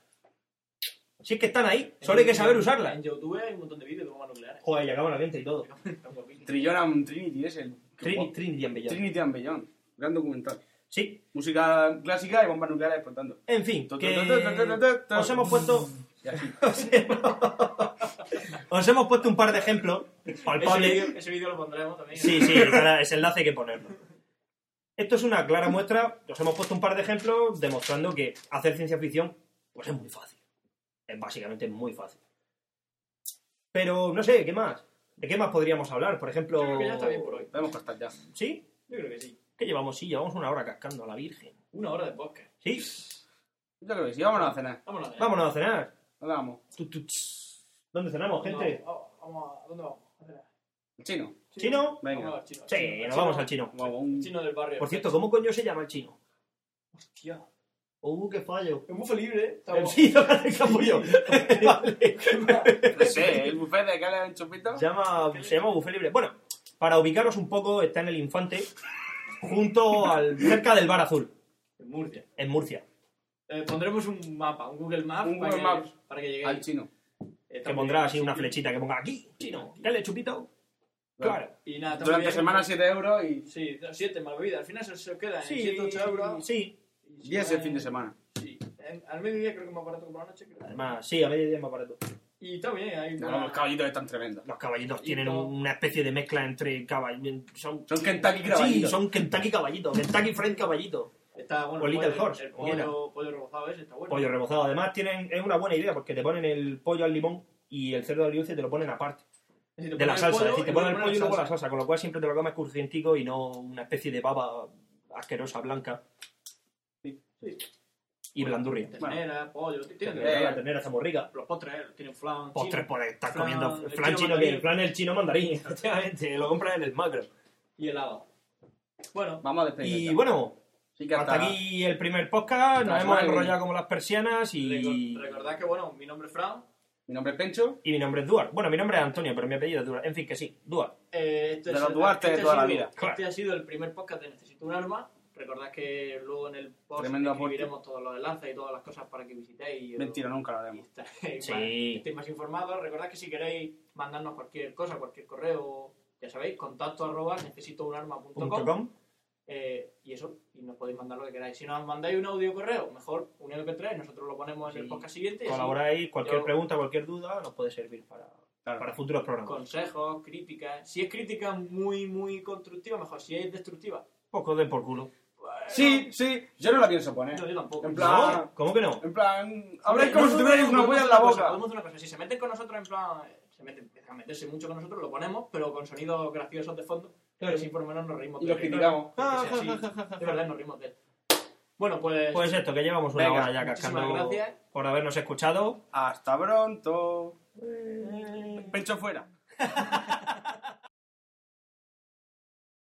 Speaker 1: Si es que están ahí, solo hay que saber usarlas.
Speaker 4: En YouTube hay un montón de vídeos de bombas nucleares.
Speaker 1: Joder, y acaba la gente y todo.
Speaker 4: Está guapísimo.
Speaker 3: Trillion and Trinity es el.
Speaker 1: Trini- Trinity and Beyond.
Speaker 3: Trinity and Beyond. Gran documental.
Speaker 1: Sí,
Speaker 3: Música clásica y bombas nucleares explotando.
Speaker 1: en fin.
Speaker 3: Tu, tu,
Speaker 1: que
Speaker 3: tu, tu, tu, tu, tu.
Speaker 1: Os hemos puesto...
Speaker 3: Y así. *laughs*
Speaker 1: Os hemos, os hemos puesto un par de
Speaker 3: *laughs*
Speaker 1: ejemplos
Speaker 4: Ese
Speaker 1: palpables.
Speaker 4: vídeo, ese vídeo lo pondremos también.
Speaker 1: Sí, sí, para ese enlace hay que ponerlo. Esto es una clara muestra, os hemos puesto un par de ejemplos demostrando que hacer ciencia ficción pues es muy fácil. Es básicamente muy fácil. Pero no sé, ¿qué más? ¿De qué más podríamos hablar? Por ejemplo,
Speaker 4: Yo creo que ya está bien por hoy.
Speaker 3: Podemos cortar ya.
Speaker 1: ¿sí?
Speaker 4: Yo creo que sí.
Speaker 1: ¿Qué llevamos? Sí, llevamos una hora cascando a la Virgen.
Speaker 4: Una hora de podcast.
Speaker 1: ¿Sí?
Speaker 3: Ya lo ves, y vámonos a cenar.
Speaker 4: Vámonos. ya.
Speaker 1: Vámonos a cenar.
Speaker 3: ¿Dónde vamos?
Speaker 1: Tu, tu, tss. ¿Dónde cenamos, gente?
Speaker 4: Vamos, vamos a- ¿Dónde vamos? A cenar.
Speaker 3: El chino.
Speaker 1: ¿Chino?
Speaker 4: Vamos
Speaker 3: Venga.
Speaker 4: al chino.
Speaker 1: Sí, nos vamos al chino.
Speaker 3: Guau,
Speaker 4: *laughs*
Speaker 3: un-
Speaker 4: Chino del barrio.
Speaker 1: Por cierto, ¿cómo coño se llama el chino?
Speaker 4: Hostia.
Speaker 1: Uh, qué fallo.
Speaker 4: Es buffet libre, ¿eh? Está
Speaker 1: El *laughs*
Speaker 4: guapo.
Speaker 1: chino del capullo. *laughs* Vale.
Speaker 3: No sé, el buffet de Cala en Chupito.
Speaker 1: Se llama, se llama Buffet Libre. Bueno, para ubicaros un poco, está en el Infante, junto al. cerca del Bar Azul,
Speaker 4: En Murcia.
Speaker 1: en Murcia.
Speaker 4: Eh, pondremos un mapa, un Google Maps
Speaker 3: Un
Speaker 4: para,
Speaker 3: Google
Speaker 4: que,
Speaker 3: Maps.
Speaker 4: para que lleguéis.
Speaker 3: Al chino.
Speaker 4: Eh,
Speaker 1: Que
Speaker 4: también
Speaker 1: pondrá
Speaker 4: hay
Speaker 1: así una
Speaker 4: sitio.
Speaker 1: flechita que ponga aquí, chino, dale chupito. Claro.
Speaker 4: Y nada, está muy
Speaker 3: Durante
Speaker 4: bien.
Speaker 3: semana 7 euros y
Speaker 4: Sí, 7 más bebida. Al final se, se queda en
Speaker 1: Sí,
Speaker 4: 7, 8 euros.
Speaker 1: sí.
Speaker 3: 10 el fin de semana.
Speaker 4: Sí. En- al mediodía creo que es más barato que por la noche. creo.
Speaker 1: Además, sí, a mediodía es más barato.
Speaker 4: Y está bien, hay
Speaker 3: No,
Speaker 4: buena-
Speaker 3: los caballitos están tremendos.
Speaker 1: Los caballitos
Speaker 4: Y
Speaker 1: tienen
Speaker 4: todo.
Speaker 1: una especie de mezcla entre caballitos. Son,
Speaker 3: Son Kentucky
Speaker 1: sí,
Speaker 3: caballitos.
Speaker 1: son Kentucky caballito, Kentucky Fried caballito.
Speaker 4: está bueno.
Speaker 1: o
Speaker 4: el
Speaker 1: Little
Speaker 4: pollo-
Speaker 1: Horse,
Speaker 4: El
Speaker 1: o Little.
Speaker 4: pollo, pollo rebozado ese está bueno.
Speaker 1: Pollo rebozado. Además, tienen, es una buena idea porque te ponen el pollo al limón y el cerdo al dulce te lo ponen aparte.
Speaker 4: Es decir, te
Speaker 1: De la
Speaker 4: ponen el
Speaker 1: salsa,
Speaker 4: pollo
Speaker 1: es decir, te
Speaker 4: luego
Speaker 1: ponen el pollo y
Speaker 4: la
Speaker 1: luego la
Speaker 4: salsa.
Speaker 1: salsa, con lo cual siempre te lo comes crujientico y no una especie de papa asquerosa blanca. Y blandurria.
Speaker 4: Eh, Ternera, pollo, tienen
Speaker 3: Eh,
Speaker 4: de
Speaker 1: La
Speaker 4: verdad.
Speaker 1: ternera está muy rica.
Speaker 4: Los postres, tienen flan.
Speaker 1: Postres,
Speaker 4: chino.
Speaker 1: pues estás
Speaker 4: Flan,
Speaker 1: comiendo
Speaker 4: el
Speaker 1: flan
Speaker 4: chino
Speaker 1: chino,
Speaker 4: mandarín.
Speaker 1: que el flan es el chino
Speaker 4: *laughs*
Speaker 1: mandarín, efectivamente, lo compras en el macro.
Speaker 4: Y helado. Bueno,
Speaker 3: Vamos a despedir.
Speaker 1: Y bueno,
Speaker 3: sí que
Speaker 1: hasta
Speaker 3: hasta
Speaker 1: aquí el primer podcast,
Speaker 3: hasta
Speaker 1: nos
Speaker 3: la
Speaker 1: hemos
Speaker 3: semana que
Speaker 1: enrollado
Speaker 3: viene.
Speaker 1: como las persianas y,
Speaker 4: recor- recordad que, bueno, mi nombre es Fran.
Speaker 3: Mi nombre es Pencho.
Speaker 1: y mi nombre es Duar. Bueno, mi nombre es Antonio, pero mi apellido es Duar. En fin, que sí, Duar.
Speaker 4: Eh, este
Speaker 3: De
Speaker 4: es
Speaker 3: los
Speaker 4: el-
Speaker 3: Duarte de
Speaker 4: este ha
Speaker 3: toda la
Speaker 4: sido-
Speaker 3: vida.
Speaker 4: Este ha sido el primer podcast de Necesito un arma. Recordad que luego en el post
Speaker 3: Tremendo aporte.
Speaker 4: escribiremos todos los enlaces y todas las cosas para que visitéis. y-
Speaker 3: Mentira, nunca lo
Speaker 4: *laughs* y
Speaker 3: haremos.
Speaker 4: estéis
Speaker 1: Sí.
Speaker 4: más- estéis más informados. Recordad que si queréis mandarnos cualquier cosa, cualquier correo, ya sabéis, contacto arroba
Speaker 1: Punto
Speaker 4: necesitounarma.com
Speaker 1: com.
Speaker 4: eh, y eso, y nos podéis mandar lo que queráis. Si nos mandáis un audio correo, mejor un audio que traéis, nosotros lo ponemos en el
Speaker 1: Sí.
Speaker 4: podcast siguiente. y así
Speaker 1: Colaboráis, cualquier
Speaker 4: Yo-
Speaker 1: pregunta, cualquier duda, nos puede servir para,
Speaker 3: Claro.
Speaker 1: para futuros programas.
Speaker 4: consejos, críticas. Si es crítica muy, muy constructiva, mejor. Si es destructiva,
Speaker 1: Poco de por culo.
Speaker 3: Sí, sí, yo no la pienso poner.
Speaker 4: no, yo tampoco.
Speaker 3: Eh, En plan,
Speaker 1: No, ¿Cómo que no?
Speaker 3: en plan,
Speaker 4: Hombre,
Speaker 3: habláis como
Speaker 4: no,
Speaker 3: si
Speaker 4: no,
Speaker 3: tuvierais
Speaker 4: no,
Speaker 3: una
Speaker 4: podemos
Speaker 3: huella en
Speaker 4: hacer
Speaker 3: la
Speaker 4: una cosa,
Speaker 3: boca.
Speaker 4: Podemos hacer una cosa. Si se meten con nosotros, en plan. eh, Se meten, empiezan a meterse mucho con nosotros, lo ponemos, pero con sonidos graciosos de fondo. Pero si por lo menos nos reímos
Speaker 3: Y
Speaker 4: de
Speaker 3: los
Speaker 4: él.
Speaker 3: criticamos.
Speaker 4: Porque si
Speaker 3: *laughs*
Speaker 4: así, de verdad nos reímos de él. Bueno, pues.
Speaker 1: Pues esto, que llevamos una
Speaker 3: Venga,
Speaker 1: hora ya cascando
Speaker 4: muchísimas gracias.
Speaker 1: por habernos escuchado.
Speaker 3: Hasta pronto. Pencho fuera.